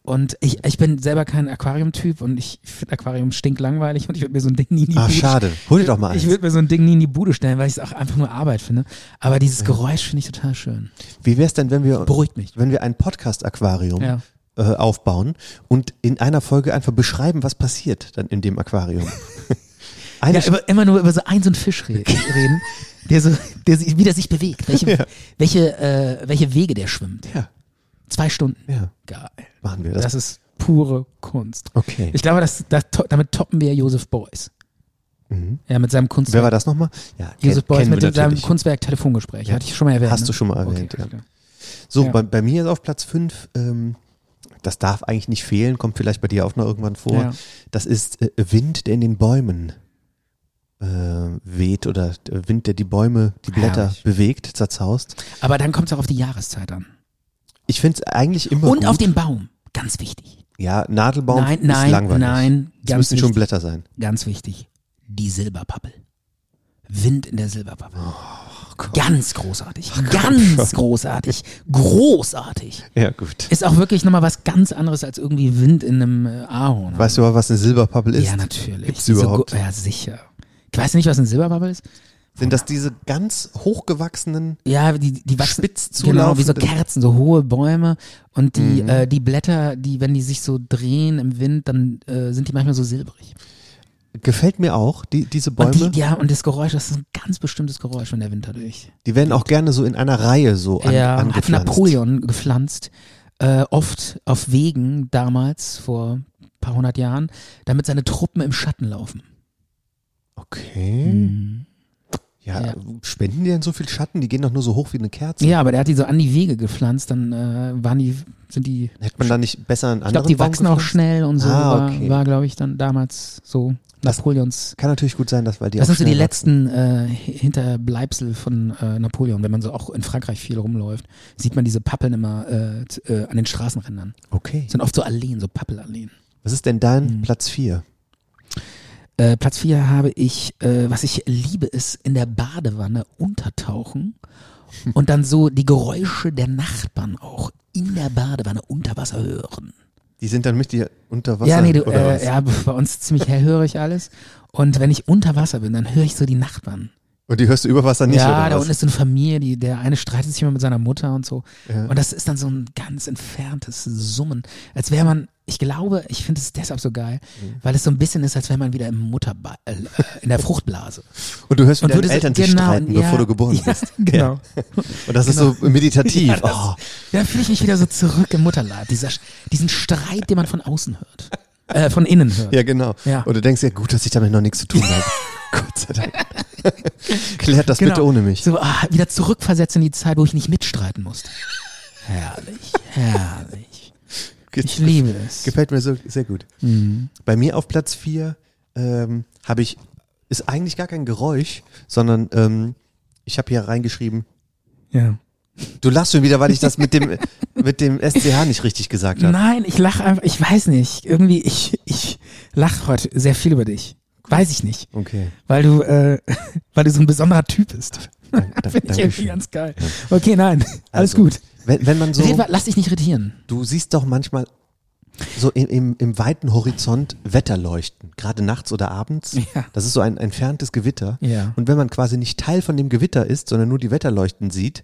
Und ich, ich bin selber kein Aquariumtyp und ich finde Aquarium stinklangweilig und ich würde mir so ein Ding nie in die
Ah,
Bude
schade. Hol dir doch mal
Ich
eins.
würde mir so ein Ding nie in die Bude stellen, weil ich es auch einfach nur Arbeit finde. Aber dieses Geräusch finde ich total schön.
Wie wär's denn, wenn wir,
Beruhigt mich.
wenn wir ein Podcast-Aquarium
Ja.
äh, aufbauen und in einer Folge einfach beschreiben, was passiert dann in dem Aquarium? Eine
Ja, über, immer nur über so einen so einen Fisch re reden, der so, der sich, wie der sich bewegt, welche,
Ja.
welche, äh, welche Wege der schwimmt.
Ja.
Zwei Stunden.
Ja.
Geil.
machen wir das.
Das, ist pure Kunst.
okay.
Ich glaube, das, das, to- damit toppen wir Josef Beuys. Ja, mit seinem Kunstwerk.
Mhm. Wer war das nochmal? Ja, ken-
Josef Beuys
kennen
mit
wir
dem- seinem
natürlich.
Kunstwerk Telefongespräch. Hatte ich schon mal erwähnt.
Hast
ne?
du schon mal
Okay,
erwähnt, ja.
alles klar.
So,
Ja.
bei, bei mir ist auf Platz 5, ähm, das darf eigentlich nicht fehlen, kommt vielleicht bei dir auch noch irgendwann vor.
Ja.
Das ist äh, Wind, der in den Bäumen äh, weht oder äh, Wind, der die Bäume, die Blätter
Herrlich.
bewegt, zerzaust.
Aber dann kommt es auch auf die Jahreszeit an.
Ich finde es eigentlich immer
Und
gut.
auf den Baum. Ganz wichtig.
ja, Nadelbaum
nein,
ist
nein,
langweilig.
nein.
Es müssen
Ganz wichtig,
schon Blätter sein.
ganz wichtig. Die Silberpappel. Wind in der Silberpappel.
Oh,
ganz großartig. ganz großartig. Großartig.
Ja, gut.
Ist auch wirklich nochmal was ganz anderes als irgendwie Wind in einem äh, Ahorn.
Weißt du aber, was eine Silberpappel ist?
Ja, natürlich.
Gibt's
Diese
überhaupt?
Gu- Ja, sicher. Ich weiß nicht, was ein Silberbabbel ist.
Sind das diese ganz hochgewachsenen
Ja, die, die wachsen
Spitz
genau wie so
zulaufenden-
Kerzen, so hohe Bäume und
Mhm.
die, äh, die Blätter, die, wenn die sich so drehen im Wind, dann äh, sind die manchmal so silbrig.
Gefällt mir auch, die, diese Bäume.
Und die, ja, und das Geräusch, das ist ein ganz bestimmtes Geräusch, wenn der Wind dadurch.
Die werden auch gerne so in einer Reihe so an,
ja, hat
angepflanzt.
Napoleon gepflanzt, äh, oft auf Wegen damals, vor ein paar hundert Jahren, damit seine Truppen im Schatten laufen.
Okay. Ja,
Mhm. Ja.
spenden die denn so viel Schatten? Die gehen doch nur so hoch wie eine Kerze.
Ja, aber der hat die so an die Wege gepflanzt, dann äh, waren die, sind die
Hätte man da nicht besser einen
Ich
anderen
glaube, die
Baum
wachsen auch
gepflanzt?
schnell und so.
Ah, okay.
War, war glaube ich, dann damals so
Das-
Napoleons.
Kann natürlich gut sein, dass weil die
Das
auch
sind so die
schnell
letzten äh, Hinterbleibsel von äh, Napoleon. Wenn man so auch in Frankreich viel rumläuft, sieht man diese Pappeln immer äh, t- äh, an den Straßenrändern.
wachsen. Okay.
Das sind Mhm. oft so Alleen, so Pappelalleen.
Was ist denn dein Platz 4?
Äh, Platz 4 habe ich, äh, was ich liebe, ist in der Badewanne untertauchen und dann so die Geräusche der Nachbarn auch in der Badewanne unter Wasser hören.
Die sind dann mit dir unter Wasser
ja, nee, du,
oder
äh,
was?
ja, bei uns ziemlich hellhörig alles. Und wenn ich unter Wasser bin, dann höre ich so die Nachbarn.
Und die hörst du über Wasser nicht
ja,
oder
da
was?
unten ist so eine Familie, die, der eine streitet sich immer mit seiner Mutter und so.
Ja.
Und das ist dann so ein ganz entferntes Summen. Als wäre man, ich glaube, ich finde es deshalb so geil,
Mhm.
weil es so ein bisschen ist, als wäre man wieder im Mutterba äh, in der Fruchtblase.
und du hörst, wie
Und
deine
würde
Eltern sich streiten, bevor du geboren
ja,
bist.
Genau.
Und das ist so meditativ.
Ja, das,
oh.
Dann fühle ich mich wieder so zurück im Mutterleib. Dieser, diesen Streit, den man von außen hört. Äh, von innen hört.
ja, genau.
Ja.
Und du denkst, ja gut, dass ich damit noch nichts zu tun habe. Gott sei Dank. Klärt das bitte ohne mich.
So, ah, wieder zurückversetzt in die Zeit, wo ich nicht mitstreiten musste. Herrlich, herrlich. Ich Mhm. liebe es.
Gefällt mir so, sehr gut. Bei mir auf Platz 4 ähm, habe ich, ist eigentlich gar kein Geräusch, sondern ähm, ich habe hier reingeschrieben,
Ja.
du lachst schon wieder, weil ich das mit dem, mit dem SCH nicht richtig gesagt habe.
Nein, ich lache einfach, ich weiß nicht. Irgendwie, ich, ich lache heute sehr viel über dich. Weiß ich nicht.
Okay.
Weil du, äh, weil du so ein besonderer Typ bist.
Dank- dank-
Finde ich
Dankeschön.
irgendwie ganz geil. Okay, nein. Alles
Also,
gut.
Wenn, wenn man so,
Red mal, lass dich nicht irritieren.
du siehst doch manchmal so im, im, im weiten Horizont Wetterleuchten, gerade nachts oder abends.
Ja.
Das ist so ein entferntes Gewitter.
Ja.
Und wenn man quasi nicht Teil von dem Gewitter ist, sondern nur die Wetterleuchten sieht,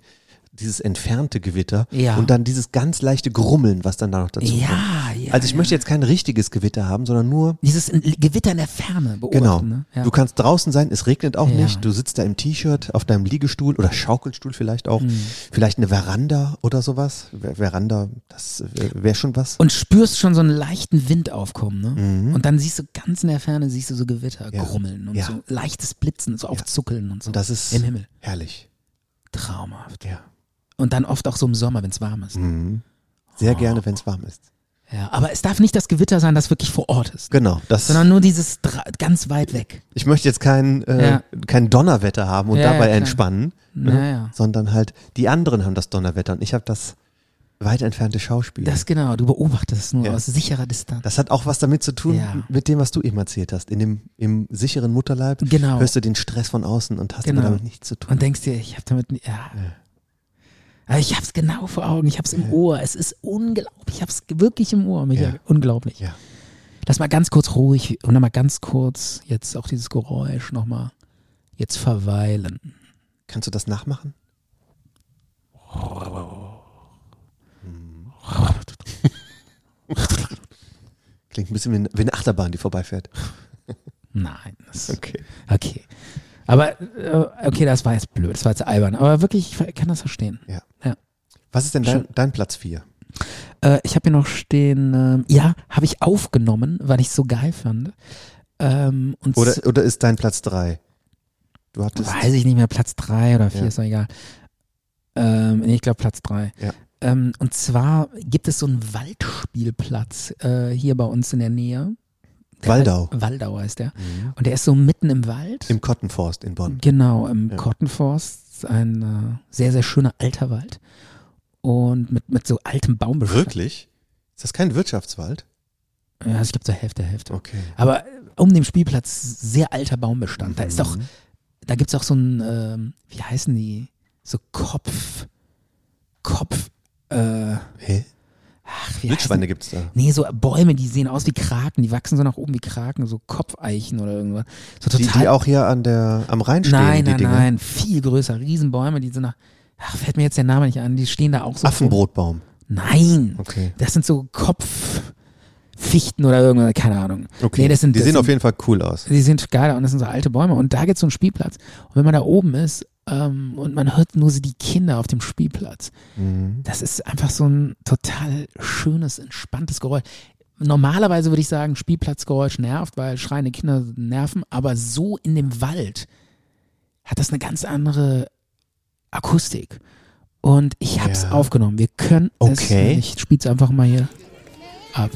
dieses entfernte Gewitter
Ja.
und dann dieses ganz leichte Grummeln, was dann da noch dazu kommt.
Ja, ja.
Also ich möchte jetzt kein richtiges Gewitter haben, sondern nur
dieses Gewitter in der Ferne beobachten.
Genau.
Ne? Ja.
Du kannst draußen sein, es regnet auch
Ja.
nicht. Du sitzt da im T-Shirt auf deinem Liegestuhl oder Schaukelstuhl vielleicht auch.
Mhm.
Vielleicht eine Veranda oder sowas. Ver- Veranda, das wäre schon was.
und spürst schon so einen leichten Wind aufkommen, ne? Und dann siehst du ganz in der Ferne, siehst du so Gewitter
Mhm. Ja.
grummeln und
Ja.
so leichtes Blitzen, so aufzuckeln und so.
Und das ist
im Himmel.
herrlich.
Traumhaft.
Ja.
Und dann oft auch so im Sommer, wenn es warm ist.
Mhm. Sehr gerne, wenn es warm ist.
Ja, aber es darf nicht das Gewitter sein, das wirklich vor Ort ist.
Genau. Das,
Sondern nur dieses dra- ganz weit weg.
ich möchte jetzt kein, äh,
Ja.
kein Donnerwetter haben und
Ja, ja,
dabei
klar.
entspannen, ne?
Naja.
sondern halt die anderen haben das Donnerwetter und ich habe das weit entfernte Schauspiel.
Das genau, du beobachtest es nur
Ja.
aus sicherer Distanz.
Das hat auch was damit zu tun,
Ja.
mit dem, was du eben erzählt hast. In dem, im sicheren Mutterleib
Genau.
hörst du den Stress von außen und hast
Genau.
aber damit nichts zu tun.
Und denkst dir, ich habe damit, nie- ja. Aber ich hab's genau vor Augen, ich hab's im Ohr. Es ist unglaublich, ich hab's wirklich im Ohr, Michael.
Ja.
Unglaublich.
Ja.
Lass mal ganz kurz ruhig und nochmal ganz kurz jetzt auch dieses Geräusch nochmal jetzt verweilen.
Kannst du das nachmachen? Klingt ein bisschen wie eine, wie eine Achterbahn, die vorbeifährt.
Nein. Das,
Okay.
okay. Aber äh, okay, das war jetzt blöd, das war jetzt albern. Aber wirklich, ich ver- kann das verstehen.
Ja.
Ja.
Was ist denn dein, dein Platz 4?
Äh, ich habe hier noch stehen, ähm, ja, habe ich aufgenommen, weil ich so geil fand. Ähm, und
Oder,
z-
oder ist dein Platz 3? Du hattest.
weiß ich nicht mehr, Platz drei oder vier
Ja.
ist doch egal. Ähm, nee, ich glaube Platz drei.
Ja.
Ähm, und zwar gibt es so einen Waldspielplatz äh, hier bei uns in der Nähe. Der
Waldau.
Wald- Waldau heißt der.
Mhm.
Und der ist so mitten im Wald.
Im Cottonforst in Bonn.
Genau, im
Ja.
Kottenforst. Ein äh, sehr, sehr schöner alter Wald. Und mit, mit so altem Baumbestand.
Wirklich? Ist das kein Wirtschaftswald?
Ja, also ich glaube zur Hälfte, Hälfte.
Okay.
Aber äh, um den Spielplatz sehr alter Baumbestand. Da ist doch,
Mhm.
da gibt's auch so ein, ähm, wie heißen die? So Kopf, Kopf, äh,
Hä?
ach, wie heißen
Wildschweine gibt es da.
Nee, so Bäume, die sehen aus wie Kraken, die wachsen so nach oben wie Kraken, so Kopfeichen oder irgendwas. So
Die,
total.
die auch hier an der, am Rhein stehen,
nein,
die
nein,
Dinge.
nein, viel größer, Riesenbäume, die so nach, ach, fällt mir jetzt der Name nicht an, die stehen da auch so.
Affenbrotbaum.
Nein.
Okay.
Das sind so Kopffichten oder irgendwas, keine Ahnung.
Okay.
Nee, das sind,
die
das
sehen
sind,
auf jeden Fall cool aus.
die sind geil und das sind so alte Bäume und da gibt's so einen Spielplatz. Und wenn man da oben ist ähm, und man hört nur so die Kinder auf dem Spielplatz, das ist einfach so ein total schönes, entspanntes Geräusch. Normalerweise würde ich sagen, Spielplatzgeräusch nervt, weil schreiende Kinder nerven, aber so in dem Wald hat das eine ganz andere Akustik. Und ich hab's
Ja.
aufgenommen. Wir können
Okay.
es nicht. Spiel's einfach mal hier ab.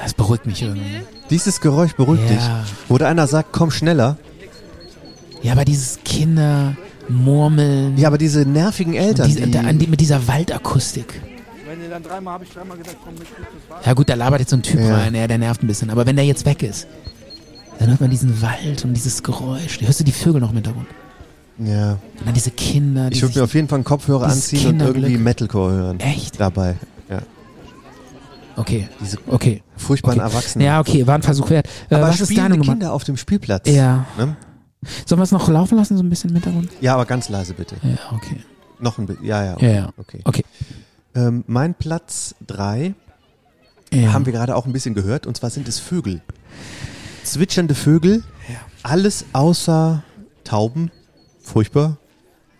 Das beruhigt mich irgendwie.
Dieses Geräusch beruhigt
Ja.
dich. Oder einer sagt, komm schneller.
Ja, aber dieses Kindermurmeln.
Ja, aber diese nervigen Eltern,
Diese,
die,
da, an die, mit dieser Waldakustik. Ja gut, da labert jetzt so ein Typ
Ja.
rein, ja, der nervt ein bisschen. Aber wenn der jetzt weg ist, dann hört man diesen Wald und dieses Geräusch. Da hörst du die Vögel noch im Hintergrund.
ja.
Und dann diese Kinder. Die
Ich würde mir
sich,
auf jeden Fall einen Kopfhörer
Dieses
anziehen und irgendwie
Kinderglück.
Metalcore hören.
Echt?
Dabei. Ja.
okay,
Diese
okay.
furchtbaren
okay.
Erwachsenen.
Ja, okay, war ein Versuch wert. Äh,
aber
was ist
spielende
deine Nummer?
Kinder auf dem Spielplatz.
Ja.
Ne?
Sollen wir es noch laufen lassen, so ein bisschen im Hintergrund?
Ja, aber ganz leise bitte.
Ja, okay.
Noch ein bisschen. Ja, ja.
Ja, ja.
Okay.
Okay.
Ähm, mein Platz 3
Ja.
haben wir gerade auch ein bisschen gehört. Und zwar sind es Vögel. Zwitschernde Vögel. Alles außer Tauben. Furchtbar.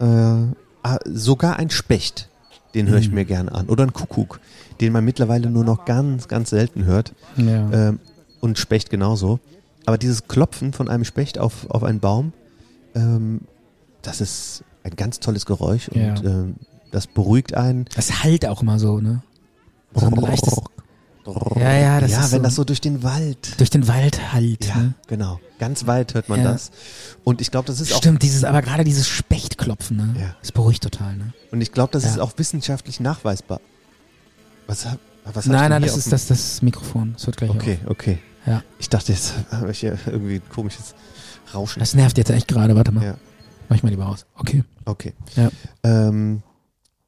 Äh, ah, sogar ein Specht. Den
Mhm.
höre ich mir gerne an. Oder ein Kuckuck, den man mittlerweile nur noch ganz, ganz selten hört.
ja.
Ähm, und Specht genauso. Aber dieses Klopfen von einem Specht auf, auf einen Baum, ähm, das ist ein ganz tolles Geräusch und
Ja.
ähm, das beruhigt einen.
das halt auch immer so, ne? So ein leichtes Ja, ja, das
ja,
ist
wenn
so-
das so durch den Wald.
durch den Wald halt.
ja,
Ne?
genau. Ganz weit hört man
Ja.
das. Und ich glaube, das ist
Stimmt, dieses, aber gerade dieses Spechtklopfen, ne?
Ja.
Das beruhigt total, ne?
auch und ich glaube, das
Ja.
ist auch wissenschaftlich nachweisbar. Was, hab- was hast du
nein, nein,
hier
das
auf
ist
dem-
das, das Mikrofon. Das wird gleich
Okay, okay.
Ja.
Ich dachte, jetzt habe ich hier irgendwie ein komisches
auf.
Rauschen.
Das nervt jetzt echt gerade. Warte mal.
Ja.
Mach ich mal lieber aus. Okay.
Okay.
Ja.
Ähm,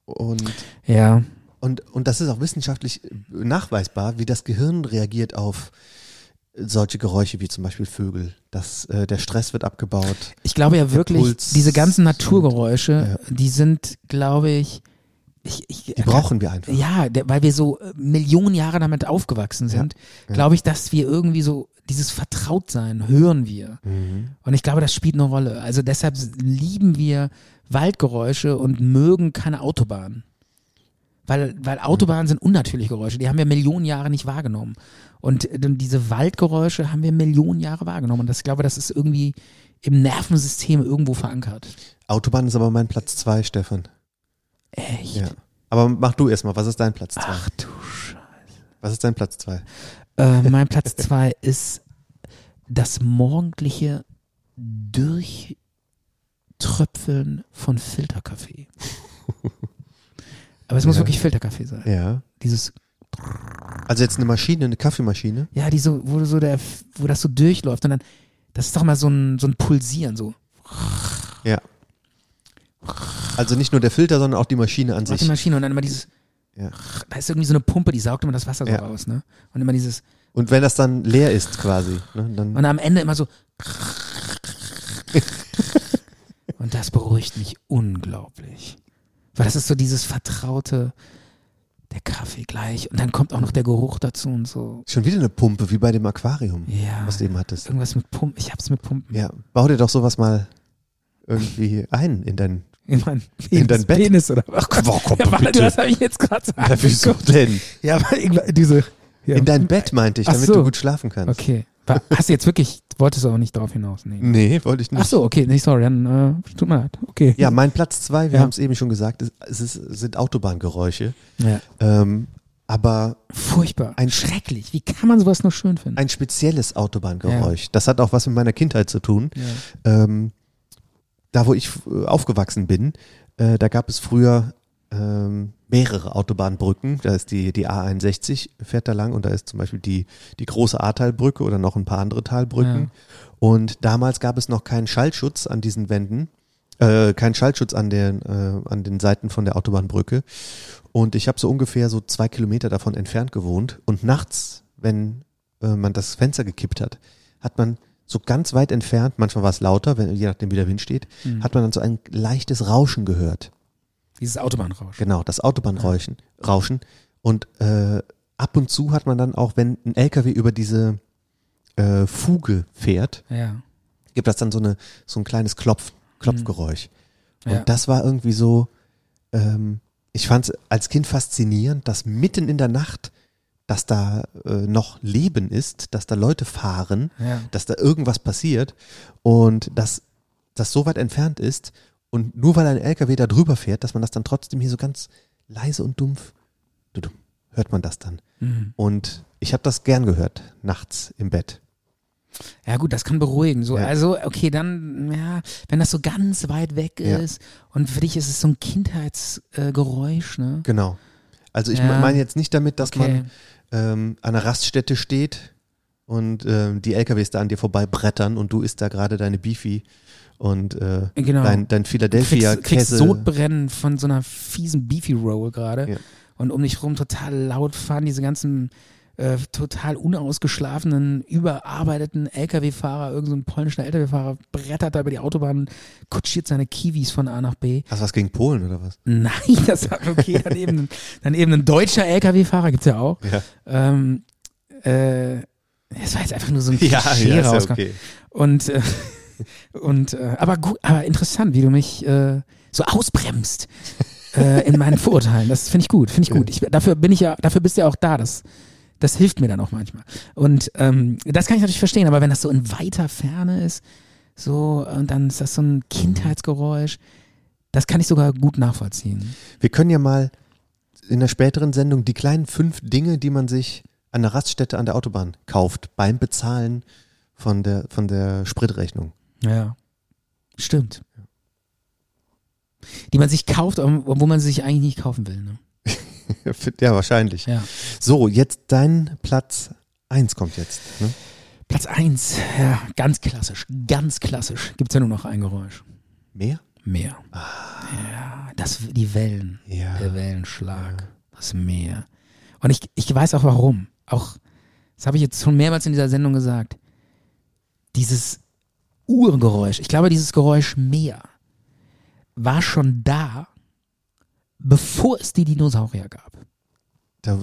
und
Ja.
Und, und das ist auch wissenschaftlich nachweisbar, wie das Gehirn reagiert auf solche Geräusche wie zum Beispiel Vögel. Das, äh, der Stress wird abgebaut.
Ich glaube ja wirklich,
Puls
diese ganzen
und-
Naturgeräusche, die sind, glaube ich, ich, ich
Die brauchen wir einfach.
Ja, der, weil wir so äh, Millionen Jahre damit aufgewachsen sind, glaube ich, dass wir irgendwie so dieses Vertrautsein hören wir. Und ich glaube, das spielt eine Rolle. Also deshalb lieben wir Waldgeräusche und mögen keine Autobahnen. Weil, weil Autobahnen sind unnatürliche Geräusche, die haben wir Millionen Jahre nicht wahrgenommen. Und äh, diese Waldgeräusche haben wir Millionen Jahre wahrgenommen. Und das, ich glaube, das ist irgendwie im Nervensystem irgendwo verankert.
Autobahn ist aber mein Platz zwei, Stefan.
Echt?
Ja. Aber mach du erstmal, was ist dein Platz zwei?
Ach du Scheiße.
Was ist dein Platz zwei?
Äh, mein Platz zwei ist das morgendliche Durchtröpfeln von Filterkaffee. Aber es muss
Ja.
wirklich Filterkaffee sein.
Ja.
Dieses,
Also jetzt eine Maschine, eine Kaffeemaschine.
ja, die so, wo so der, wo das so durchläuft und dann, das ist doch mal so ein, so ein Pulsieren, so.
Ja. Also nicht nur der Filter, sondern auch die Maschine an
Mach die
sich.
Maschine und dann immer dieses,
Ja.
da ist irgendwie so eine Pumpe, die saugt immer das Wasser so
Ja.
raus, ne? Und immer dieses,
Und wenn das dann leer ist quasi, ne, dann
und am Ende immer so. Und das beruhigt mich unglaublich. Weil das ist so dieses vertraute, der Kaffee gleich. Und dann kommt auch noch der Geruch dazu und so.
schon wieder eine Pumpe, wie bei dem Aquarium,
Ja.
was du eben hattest.
Irgendwas mit Pumpen. Ich hab's mit Pumpen.
Ja, bau dir doch sowas mal irgendwie ein in dein...
In, mein
In dein Bett?
Penis oder was?
Boah, komm,
Ja, warte,
bitte.
das habe ich jetzt gerade so
Ja, wieso
angeguckt.
denn?
Ja, aber irgendwann- diese. Ja.
In dein Bett, meinte ich,
Ach
damit
so.
du gut schlafen kannst.
Okay. War- Hast du jetzt wirklich, wolltest du auch nicht drauf hinaus? Nee.
Nee, wollte ich nicht.
Ach so, okay, nee, sorry, dann äh, tut mir leid. Okay.
Ja, mein Platz zwei, wir
Ja.
haben es eben schon gesagt, es, es ist, sind Autobahngeräusche.
ja.
Ähm, aber
Furchtbar.
Ein-
Schrecklich. Wie kann man sowas nur schön finden?
ein spezielles Autobahngeräusch. Das hat auch was mit meiner Kindheit zu tun. Ähm, da, wo ich äh, aufgewachsen bin, äh, da gab es früher ähm, mehrere Autobahnbrücken. Da ist die, die A61, fährt da lang und da ist zum Beispiel die, die große Ahrtalbrücke oder noch ein paar andere Talbrücken. Und damals gab es noch keinen Schallschutz an diesen Wänden. Äh, kein Schallschutz an den, äh, an den Seiten von der Autobahnbrücke. Und ich habe so ungefähr so zwei Kilometer davon entfernt gewohnt. Und nachts, wenn äh, man das Fenster gekippt hat, hat man so ganz weit entfernt, manchmal war es lauter, wenn, je nachdem wie der Wind steht,
Mhm.
hat man dann so ein leichtes Rauschen gehört.
Dieses Autobahnrauschen.
Genau, das Autobahnrauschen. Rauschen. Und äh, ab und zu hat man dann auch, wenn ein LKW über diese äh, Fuge fährt,
Ja.
gibt das dann so, eine, so ein kleines Klopf, Klopfgeräusch. Und
Mhm. Ja.
das war irgendwie so, ähm, ich fand es als Kind faszinierend, dass mitten in der Nacht, dass da äh, noch Leben ist, dass da Leute fahren,
Ja.
dass da irgendwas passiert und dass das so weit entfernt ist und nur weil ein LKW da drüber fährt, dass man das dann trotzdem hier so ganz leise und dumpf, dudum, hört man das dann.
Mhm.
Und ich habe das gern gehört, nachts im Bett.
ja, gut, das kann beruhigen. So,
Ja.
Also, okay, dann, ja, wenn das so ganz weit weg
Ja.
ist und für dich ist es so ein Kindheitsgeräusch, äh, Geräusch, ne?
Genau. Also ich
Ja.
meine jetzt nicht damit, dass
Okay.
man ähm, an einer Raststätte steht und ähm, die LKWs da an dir vorbei brettern und du isst da gerade deine Beefy und äh,
Genau.
dein, dein Philadelphia
kriegst, kriegst
Käse.
Sodbrennen von so einer fiesen Beefy Roll gerade
Ja.
und um dich rum total laut fahren diese ganzen äh, total unausgeschlafenen, überarbeiteten LKW-Fahrer, irgendein so ein polnischer LKW-Fahrer brettert da über die Autobahn, kutschiert seine Kiwis von A nach B.
Hast du was gegen Polen oder was?
Nein, das war okay. Dann eben, dann eben ein deutscher LKW-Fahrer gibt's ja auch.
Ja,
Ähm, äh, das war jetzt einfach nur so ein
ja,
Klischee
ja, ist ja
rauskam.
okay.
Und, äh, und äh, aber gut, aber interessant, wie du mich äh, so ausbremst äh, in meinen Vorurteilen. Das finde ich gut, finde ich gut. Ich, dafür bin ich ja, dafür bist du ja auch da. Das, das hilft mir dann auch manchmal. Und ähm, das kann ich natürlich verstehen, aber wenn das so in weiter Ferne ist, so, und dann ist das so ein Kindheitsgeräusch, das kann ich sogar gut nachvollziehen.
Wir können ja mal in der späteren Sendung die kleinen fünf Dinge, die man sich an der Raststätte an der Autobahn kauft, beim Bezahlen von der, von der Spritrechnung.
Ja. Stimmt. Die man sich kauft, obwohl man sie sich eigentlich nicht kaufen will. Ne?
ja, wahrscheinlich.
Ja.
So, jetzt dein Platz eins kommt jetzt. Ne?
Platz 1, ja, ganz klassisch, ganz klassisch. Gibt es ja nur noch ein Geräusch.
Mehr?
Meer. Ja, das, die Wellen,
Ah. Ja.
der Wellenschlag, das Meer. Und ich, ich weiß auch warum. Auch Das habe ich jetzt schon mehrmals in dieser Sendung gesagt. Dieses Urgeräusch, ich glaube, dieses Geräusch Meer war schon da, bevor es die Dinosaurier gab.
Da,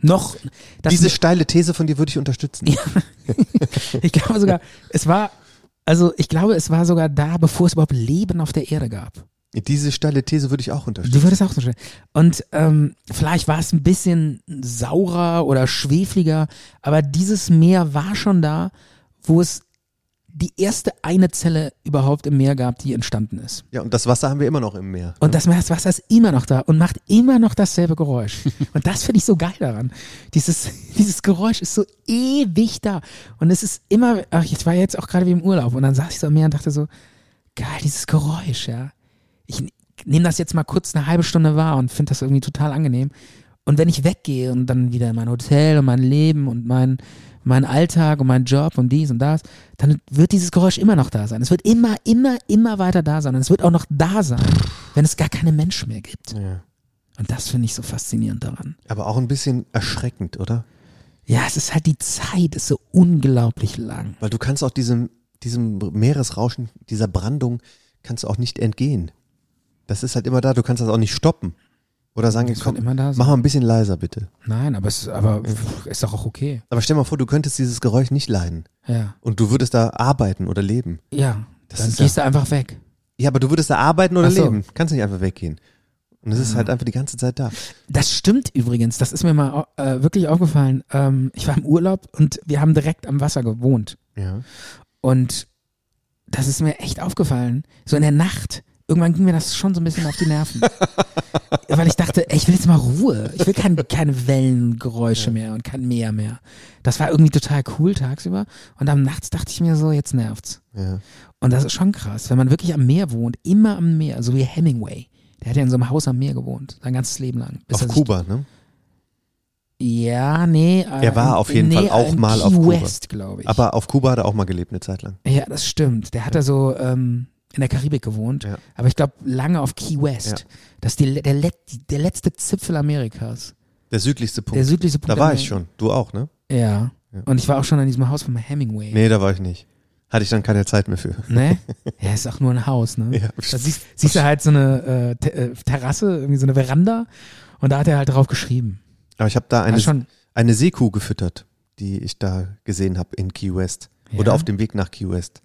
Noch, das
diese steile These von dir würde ich unterstützen.
Ich glaube sogar, es war, also ich glaube, es war sogar da, bevor es überhaupt Leben auf der Erde gab.
Diese steile These würde ich auch unterstützen.
Du würdest auch so schön. Und ähm, vielleicht war es ein bisschen saurer oder schwefliger, aber dieses Meer war schon da, wo es die erste eine Zelle überhaupt im Meer gab, die entstanden ist.
Ja, und das Wasser haben wir immer noch im Meer.
Und das Meereswasser ist immer noch da und macht immer noch dasselbe Geräusch. Und das finde ich so geil daran. Dieses, dieses Geräusch ist so ewig da. Und es ist immer, ach, ich war jetzt auch gerade wie im Urlaub und dann saß ich so am Meer und dachte so, geil, dieses Geräusch, ja. Ich nehme das jetzt mal kurz eine halbe Stunde wahr und finde das irgendwie total angenehm. Und wenn ich weggehe und dann wieder in mein Hotel und mein Leben und mein, mein Alltag und mein Job und dies und das, dann wird dieses Geräusch immer noch da sein. Es wird immer, immer, immer weiter da sein. Und es wird auch noch da sein, wenn es gar keine Menschen mehr gibt.
Ja.
Und das finde ich so faszinierend daran.
Aber auch ein bisschen erschreckend, oder?
Ja, es ist halt die Zeit, ist so unglaublich lang.
Weil du kannst auch diesem, diesem Meeresrauschen, dieser Brandung, kannst du auch nicht entgehen. Das ist halt immer da, du kannst das auch nicht stoppen. Oder sagen,
Das
komm,
wird immer da sein.
mach mal ein bisschen leiser bitte.
Nein, aber es ist, aber pff, ist doch auch okay.
Aber stell mal vor, du könntest dieses Geräusch nicht leiden.
Ja.
Und du würdest da arbeiten oder leben.
Ja.
Das
dann
ist ja-
gehst du einfach weg.
Ja, aber du würdest da arbeiten oder
Ach so. Ah.
leben. Kannst nicht einfach weggehen. Und es ist halt einfach die ganze Zeit da.
Das stimmt übrigens. Das ist mir mal äh, wirklich aufgefallen. Ähm, ich war im Urlaub und wir haben direkt am Wasser gewohnt.
Ja.
Und das ist mir echt aufgefallen. So in der Nacht. Irgendwann ging mir das schon so ein bisschen auf die Nerven. Weil ich dachte, ey, ich will jetzt mal Ruhe. Ich will kein, keine Wellengeräusche mehr und kein Meer mehr. Das war irgendwie total cool tagsüber. Und am Nachts dachte ich mir so, jetzt nervt's.
ja.
Und das ist schon krass, wenn man wirklich am Meer wohnt, immer am Meer, so wie Hemingway. Der hat ja in so einem Haus am Meer gewohnt, sein ganzes Leben lang. bis
Auf
er sich-
Kuba, ne?
Ja, nee. äh,
Er war auf jeden
nee,
Fall auch
in
mal
Key
auf Kuba.
West, glaube ich.
Aber auf Kuba hat er auch mal gelebt eine Zeit lang.
Ja, das stimmt. Der hat da so ähm, in der Karibik gewohnt,
Ja.
aber ich glaube lange auf Key West.
Ja.
Das ist die, le- der, let, die- der letzte Zipfel Amerikas.
Der südlichste Punkt.
Der südlichste Punkt.
da war
Ameri-
ich schon. Du auch, ne?
Ja.
Ja.
Und ich war auch schon an diesem Haus von Hemingway.
Nee, da war ich nicht. Hatte ich dann keine Zeit mehr für.
Ne? Ja, ist auch nur ein Haus, ne?
Ja.
Da siehst, siehst du halt so eine äh, Te- äh, Terrasse, irgendwie so eine Veranda und da hat er halt drauf geschrieben.
Aber ich habe da eine,
Ah, schon.
eine Seekuh gefüttert, die ich da gesehen habe in Key West. Oder
Ja?
auf dem Weg nach Key West.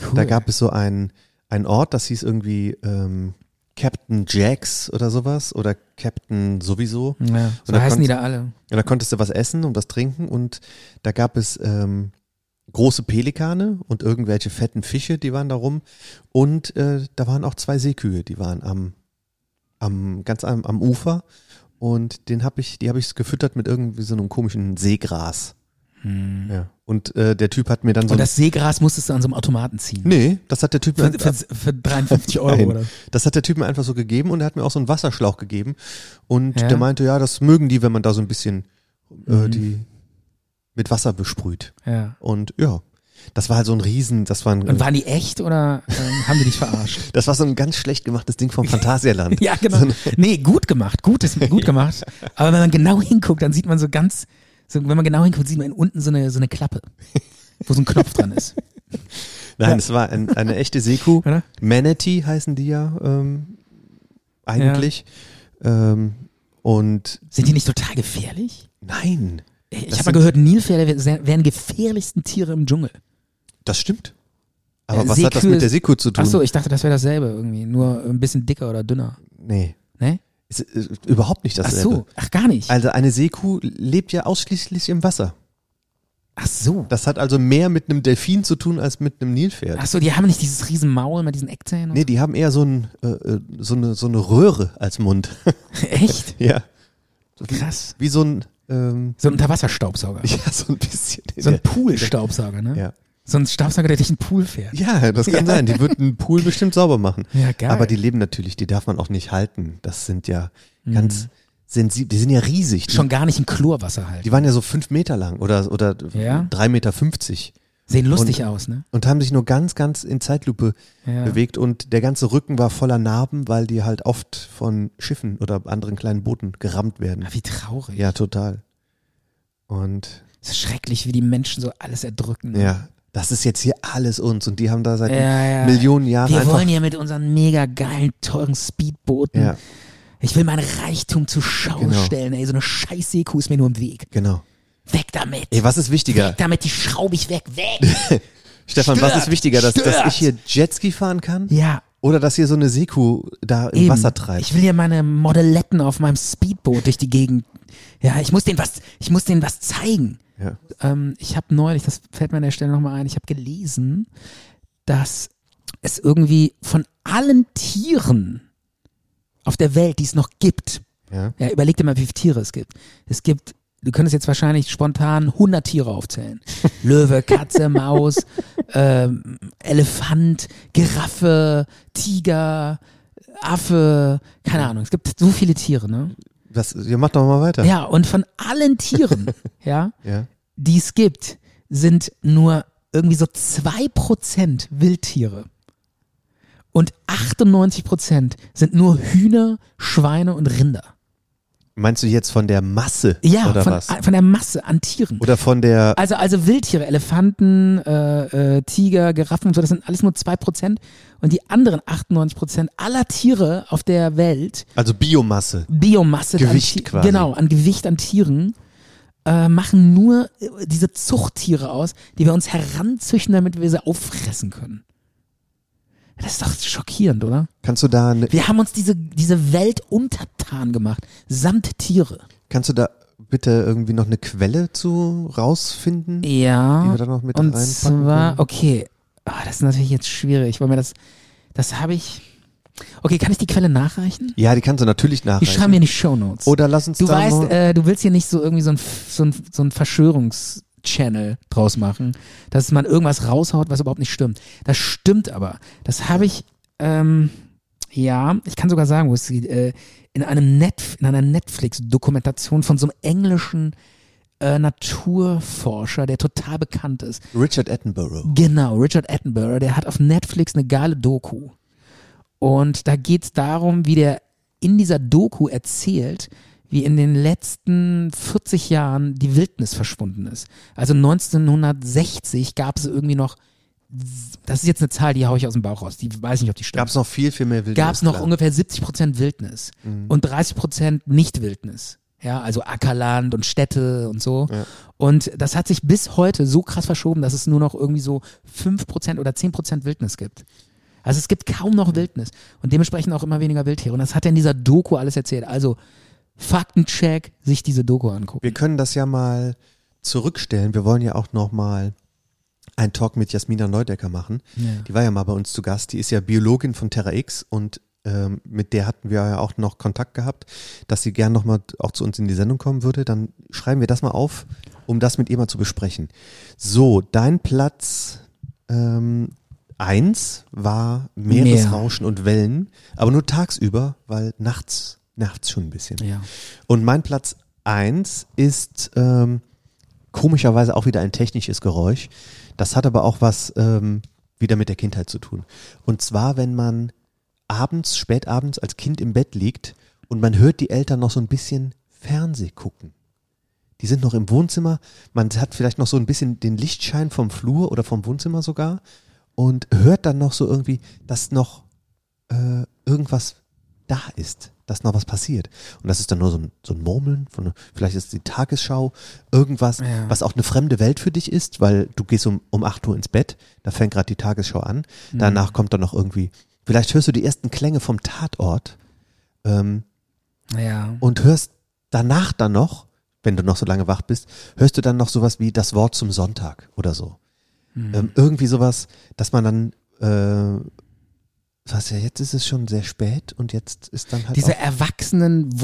Cool.
Da gab es so einen, einen Ort, das hieß irgendwie ähm, Captain Jacks oder sowas oder Captain sowieso.
ja,
Und
so
da
heißen die
konnt-
da alle.
Und da konntest du was essen und was trinken und da gab es ähm, große Pelikane und irgendwelche fetten Fische, die waren da rum. Und äh, da waren auch zwei Seekühe, die waren am, am ganz am, am Ufer. Und den hab ich, die habe ich gefüttert mit irgendwie so einem komischen Seegras. Ja. Und äh, der Typ hat mir dann so.
Hm. Und das Seegras musstest du an so einem Automaten ziehen.
nee, das hat der Typ mir
Für, für, für 53 Euro
Nein.
oder
Das hat der Typ mir einfach so gegeben und er hat mir auch so einen Wasserschlauch gegeben. Und
Ja?
der meinte, ja, das mögen die, wenn man da so ein bisschen
Mhm.
äh, die mit Wasser besprüht.
Ja.
Und ja, das war halt so ein Riesen, das war ein,
Und waren die echt oder ähm, haben die dich verarscht?
das war so ein ganz schlecht gemachtes Ding vom Phantasialand.
ja, genau. Nee, gut gemacht. Gut ist gut gemacht. Aber wenn man genau hinguckt, dann sieht man so ganz, so, wenn man genau hinguckt, sieht man unten so eine, so eine Klappe, wo so ein Knopf dran ist.
Nein, es war ein, eine echte Seekuh.
Oder?
Manatee heißen die ja ähm, eigentlich. Ähm, und
Sind die nicht total gefährlich?
nein,
Ich
Das
habe mal
sind-
gehört, Nilpferde wär- wären die gefährlichsten Tiere im Dschungel.
das stimmt. Aber
Äh,
was hat das
Seekuh
mit der
ist-
Seekuh zu tun?
Achso, ich dachte, das wäre dasselbe irgendwie, nur ein bisschen dicker oder dünner.
nee,
Ne?
ist, äh, überhaupt nicht
Ach
dasselbe.
so, ach gar nicht.
Also eine Seekuh lebt ja ausschließlich im Wasser.
Ach so.
Das hat also mehr mit einem Delfin zu tun als mit einem Nilpferd.
Ach so, die haben nicht dieses riesen Maul mit diesen Eckzähnen? und
Nee, die haben eher so, ein, äh, äh, so, eine, so eine Röhre als Mund.
so? Echt?
ja.
Krass.
Wie so ein, ähm,
So ein Unterwasserstaubsauger.
ja, so ein bisschen.
So ein Poolstaubsauger, ne?
ja.
So ein Staubsauger, der durch den Pool fährt.
ja, das kann sein. Die würden einen Pool bestimmt sauber machen.
Ja, geil.
Aber die leben natürlich, die darf man auch nicht halten. Das sind ja ganz sensibel, die sind ja riesig. Die,
Mhm. Schon gar nicht in Chlorwasser halt.
die waren ja so fünf Meter lang oder, oder
Ja.
drei Meter fünfzig.
Sehen lustig
Und-
aus, ne?
und haben sich nur ganz, ganz in Zeitlupe
Ja.
bewegt und der ganze Rücken war voller Narben, weil die halt oft von Schiffen oder anderen kleinen Booten gerammt werden.
Ah, wie traurig.
Ja, total. Und
Ist Es ist schrecklich, wie die Menschen so alles erdrücken.
Ja, das ist jetzt hier alles uns und die haben da seit
Ja, ja.
Millionen Jahren
Wir
einfach.
wollen hier mit unseren mega geilen, teuren Speedbooten.
ja,
Ich will meinen Reichtum zur Schau
Genau.
stellen, ey. So eine scheiß Seku ist mir nur im Weg.
genau.
Weg damit.
Ey, was ist wichtiger?
Weg damit, die schraube ich weg. Weg.
Stefan, was
Stört!
ist wichtiger, dass, dass
Stört!
ich hier Jetski fahren kann?
ja.
Oder dass hier so eine Seku da im
Eben.
Wasser treibt?
Ich will hier meine Modelletten auf meinem Speedboot durch die Gegend. Ja, ich muss denen was, ich muss denen was zeigen.
ja.
Ähm, ich habe neulich, das fällt mir an der Stelle nochmal ein, ich habe gelesen, dass es irgendwie von allen Tieren auf der Welt, die es noch gibt,
Ja.
ja, überleg dir mal, wie viele Tiere es gibt. Es gibt, du könntest jetzt wahrscheinlich spontan 100 Tiere aufzählen. Löwe, Katze, Maus, ähm, Elefant, Giraffe, Tiger, Affe, keine Ahnung. Es gibt so viele Tiere, ne?
Das, ja, mach doch mal weiter.
Ja, und von allen Tieren, ja,
Ja.
die es gibt, sind nur irgendwie so 2% Wildtiere. Und 98% sind nur Hühner, Schweine und Rinder.
Meinst du jetzt von der Masse
Ja,
oder
von,
was?
von der Masse an Tieren.
Oder von der
Also, also Wildtiere, Elefanten, äh, äh, Tiger, Giraffen und so, das sind alles nur 2%. Und die anderen 98% aller Tiere auf der Welt,
also Biomasse?
Biomasse,
Gewicht
an, Ti-
quasi.
genau, an Gewicht an Tieren, äh, machen nur äh, diese Zuchttiere aus, die wir uns heranzüchten, damit wir sie auffressen können. Das ist doch schockierend, oder?
Kannst du da ne, eine,
Wir haben uns diese, diese Welt untertan gemacht, samt Tiere.
kannst du da bitte irgendwie noch eine Quelle zu rausfinden?
Ja.
Die wir dann noch mit
und
reinpacken
zwar,
können.
okay, Ah, das ist natürlich jetzt schwierig, weil mir das, das habe ich. Okay, kann ich die Quelle nachreichen?
Ja, die kannst du natürlich
Ich schreibe
nachreichen.
mir in die Shownotes.
Oder lass uns
du
da
weißt,
mal,
äh, du willst hier nicht so irgendwie so ein, F- so ein, so ein Verschwörungs-Channel draus machen, dass man irgendwas raushaut, was überhaupt nicht stimmt. Das stimmt aber. Das habe ich, ähm, ja, ich kann sogar sagen, wo es geht, äh, in einem Netf in einer Netflix-Dokumentation von so einem englischen äh, Naturforscher, der total bekannt ist.
Richard Attenborough.
Genau, Richard Attenborough, der hat auf Netflix eine geile Doku. Und da geht's darum, wie der in dieser Doku erzählt, wie in den letzten 40 Jahren die Wildnis verschwunden ist. Also 1960 gab es irgendwie noch, das ist jetzt eine Zahl, die haue ich aus dem Bauch raus, die weiß nicht, ob die stimmt
Gab es noch viel, viel mehr Wildnis?
gab es noch
klar. Mhm.
ungefähr 70 Prozent Wildnis und 30 Prozent Nicht-Wildnis. Ja, also Ackerland und Städte und so. Und das hat sich bis heute so krass verschoben, dass es nur noch irgendwie so 5% oder 10% Wildnis gibt. Also es gibt kaum noch Wildnis und dementsprechend auch immer weniger Wildtiere. Und das hat er in dieser Doku alles erzählt. Also Faktencheck, sich diese Doku angucken.
Wir können das ja mal zurückstellen. Wir wollen ja auch noch mal einen Talk mit Jasmina Neudecker machen. Die war ja mal bei uns zu Gast. Die ist ja Biologin von Terra X und ähm, mit der hatten wir ja auch noch Kontakt gehabt, dass sie gern nochmal auch zu uns in die Sendung kommen würde. Dann schreiben wir das mal auf, um das mit ihr mal zu besprechen. So, dein Platz ähm, eins war Meeresrauschen und Wellen, aber nur tagsüber, weil nachts, nachts schon ein bisschen.
Ja.
Und mein Platz 1 ist ähm, komischerweise auch wieder ein technisches Geräusch. Das hat aber auch was ähm, wieder mit der Kindheit zu tun. Und zwar, wenn man abends, spätabends als Kind im Bett liegt und man hört die Eltern noch so ein bisschen Fernseh gucken. Die sind noch im Wohnzimmer, man hat vielleicht noch so ein bisschen den Lichtschein vom Flur oder vom Wohnzimmer sogar und hört dann noch so irgendwie, dass noch äh, irgendwas da ist, dass noch was passiert. Und das ist dann nur so ein, so ein Murmeln, von, vielleicht ist es die Tagesschau, irgendwas,
Ja.
was auch eine fremde Welt für dich ist, weil du gehst um, um 8 Uhr ins Bett, da fängt gerade die Tagesschau an,
Mhm.
danach kommt dann noch irgendwie, vielleicht hörst du die ersten Klänge vom Tatort ähm,
Ja.
und hörst danach dann noch, wenn du noch so lange wach bist, hörst du dann noch sowas wie das Wort zum Sonntag oder so.
Mhm.
Ähm, irgendwie sowas, dass man dann, äh, was ja, jetzt ist es schon sehr spät und jetzt ist dann halt.
Diese
auch,
erwachsenen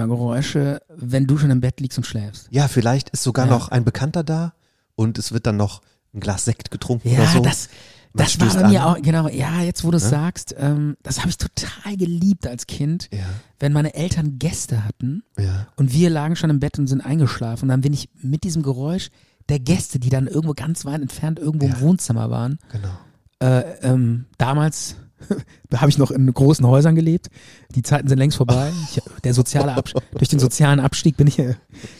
Wohnzimmergeräusche, wenn du schon im Bett liegst und schläfst.
ja, vielleicht ist sogar
Ja.
noch ein Bekannter da und es wird dann noch ein Glas Sekt getrunken
Ja,
oder so.
das,
Man
das war
stößt
bei mir
an.
auch, genau, ja, jetzt wo du es sagst, ähm, das habe ich total geliebt als Kind,
ja,
wenn meine Eltern Gäste hatten
ja.
und wir lagen schon im Bett und sind eingeschlafen und dann bin ich mit diesem Geräusch der Gäste, die dann irgendwo ganz weit entfernt irgendwo
Ja.
im Wohnzimmer waren,
Genau.
äh, ähm, damals Da habe ich noch in großen Häusern gelebt. Die Zeiten sind längst vorbei. Ich, der soziale Abs- durch den sozialen Abstieg bin ich äh,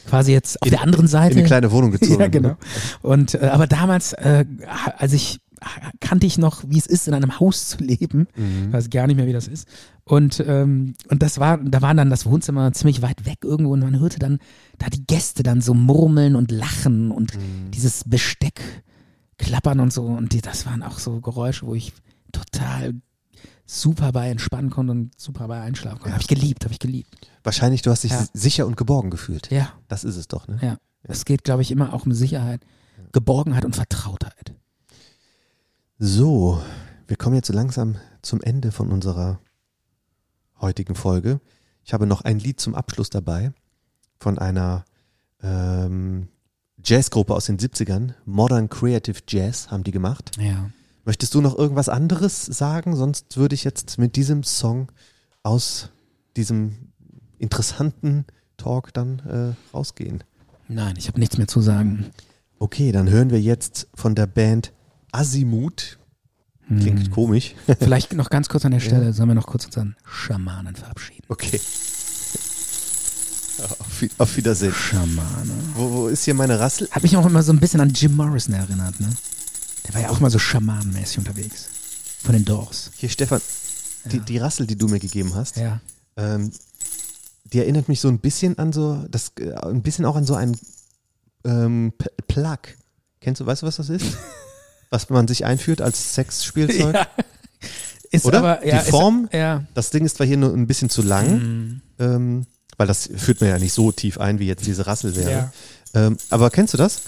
quasi jetzt auf der anderen Seite.
In eine kleine Wohnung gezogen.
Also
ne?
Ja, genau. Und äh, aber damals, äh, als ich kannte ich noch, wie es ist, in einem Haus zu leben. Ich weiß gar nicht mehr, wie das ist. Und, ähm, und das war, da waren dann das Wohnzimmer ziemlich weit weg irgendwo und man hörte dann da die Gäste dann so murmeln und lachen und dieses Besteck klappern und so. Und die, das waren auch so Geräusche, wo ich total super bei entspannen konnte und super bei einschlafen konnte. Habe ich geliebt, habe ich geliebt.
Wahrscheinlich, du hast dich
Ja.
sicher und geborgen gefühlt.
Ja.
Das ist es doch, ne?
Ja, es geht, glaube ich, immer auch um Sicherheit, Geborgenheit und Vertrautheit.
So, wir kommen jetzt so langsam zum Ende von unserer heutigen Folge. Ich habe noch ein Lied zum Abschluss dabei von einer ähm, Jazzgruppe aus den 70ern. Modern Creative Jazz haben die gemacht.
Ja.
Möchtest du noch irgendwas anderes sagen? Sonst würde ich jetzt mit diesem Song aus diesem interessanten Talk dann äh, rausgehen.
Nein, ich habe nichts mehr zu sagen.
Okay, dann hören wir jetzt von der Band Asimut. Klingt komisch.
Vielleicht noch ganz kurz an der Stelle, sollen wir noch kurz unseren Schamanen verabschieden.
Okay. Auf, Wie- auf Wiedersehen.
Schamane.
Wo, wo ist hier meine Rassel?
Hat mich auch immer so ein bisschen an Jim Morrison erinnert, ne? Der war ja auch mal so schamanenmäßig unterwegs. Von den Doors.
Hier, Stefan, die, die Rassel, die du mir gegeben hast,
Ja.
ähm, die erinnert mich so ein bisschen an so, das, äh, ein bisschen auch an so einen ähm, P- Plug. Kennst du, weißt du, was das ist? was man sich einführt als Sexspielzeug?
Ist
Oder?
aber
Die
ja,
Form?
Ist, ja.
Das Ding ist zwar hier nur ein bisschen zu lang,
Mhm.
ähm, weil das führt man ja nicht so tief ein, wie jetzt diese Rassel wäre.
Ja.
Ähm, aber kennst du das?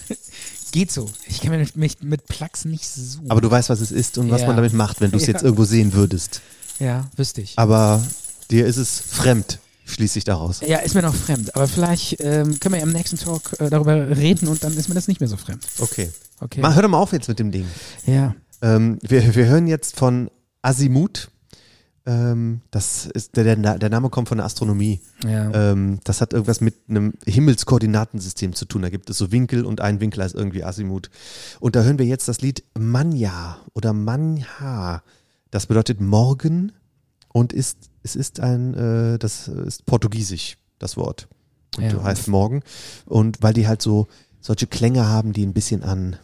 Geht so. Ich kenne mich, mich mit Plugs nicht so.
Aber du weißt, was es ist und was
Ja.
man damit macht, wenn du es
Ja.
jetzt irgendwo sehen würdest.
ja, wüsste ich.
Aber dir ist es fremd, schließe ich daraus.
Ja, ist mir noch fremd. Aber vielleicht ähm, können wir ja im nächsten Talk äh, darüber reden und dann ist mir das nicht mehr so fremd.
Okay.
Okay.
Mal, hör doch mal auf jetzt mit dem Ding.
Ja.
Ähm, wir, wir hören jetzt von Asimut. Ähm, das ist, der, der, Na- der Name kommt von der Astronomie.
Ja.
Ähm, das hat irgendwas mit einem Himmelskoordinatensystem zu tun. Da gibt es so Winkel und ein Winkel heißt irgendwie Asimut. Und da hören wir jetzt das Lied Manja oder Manja. Das bedeutet morgen und ist, es ist ein, äh, das ist portugiesisch, das Wort. Und
Ja.
heißt morgen. Und weil die halt so solche Klänge haben, die ein bisschen an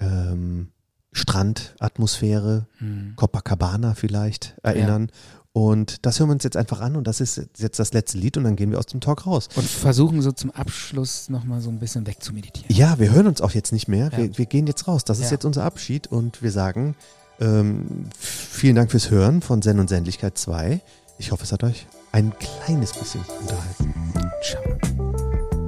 ähm, Strandatmosphäre,
Mhm.
Copacabana vielleicht erinnern. Und das hören wir uns jetzt einfach an und das ist jetzt das letzte Lied und dann gehen wir aus dem Talk raus.
Und versuchen so zum Abschluss nochmal so ein bisschen wegzumeditieren.
Ja, wir hören uns auch jetzt nicht mehr. Wir, wir gehen jetzt raus. Das ist
Ja.
jetzt unser Abschied und wir sagen ähm, f- vielen Dank fürs Hören von Zen und Sendlichkeit 2. Ich hoffe, es hat euch ein kleines bisschen unterhalten.
Ciao.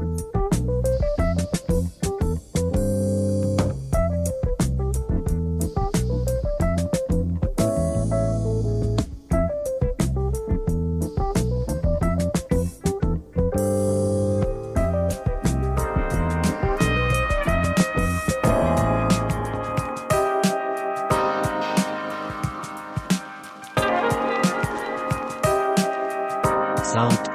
Zart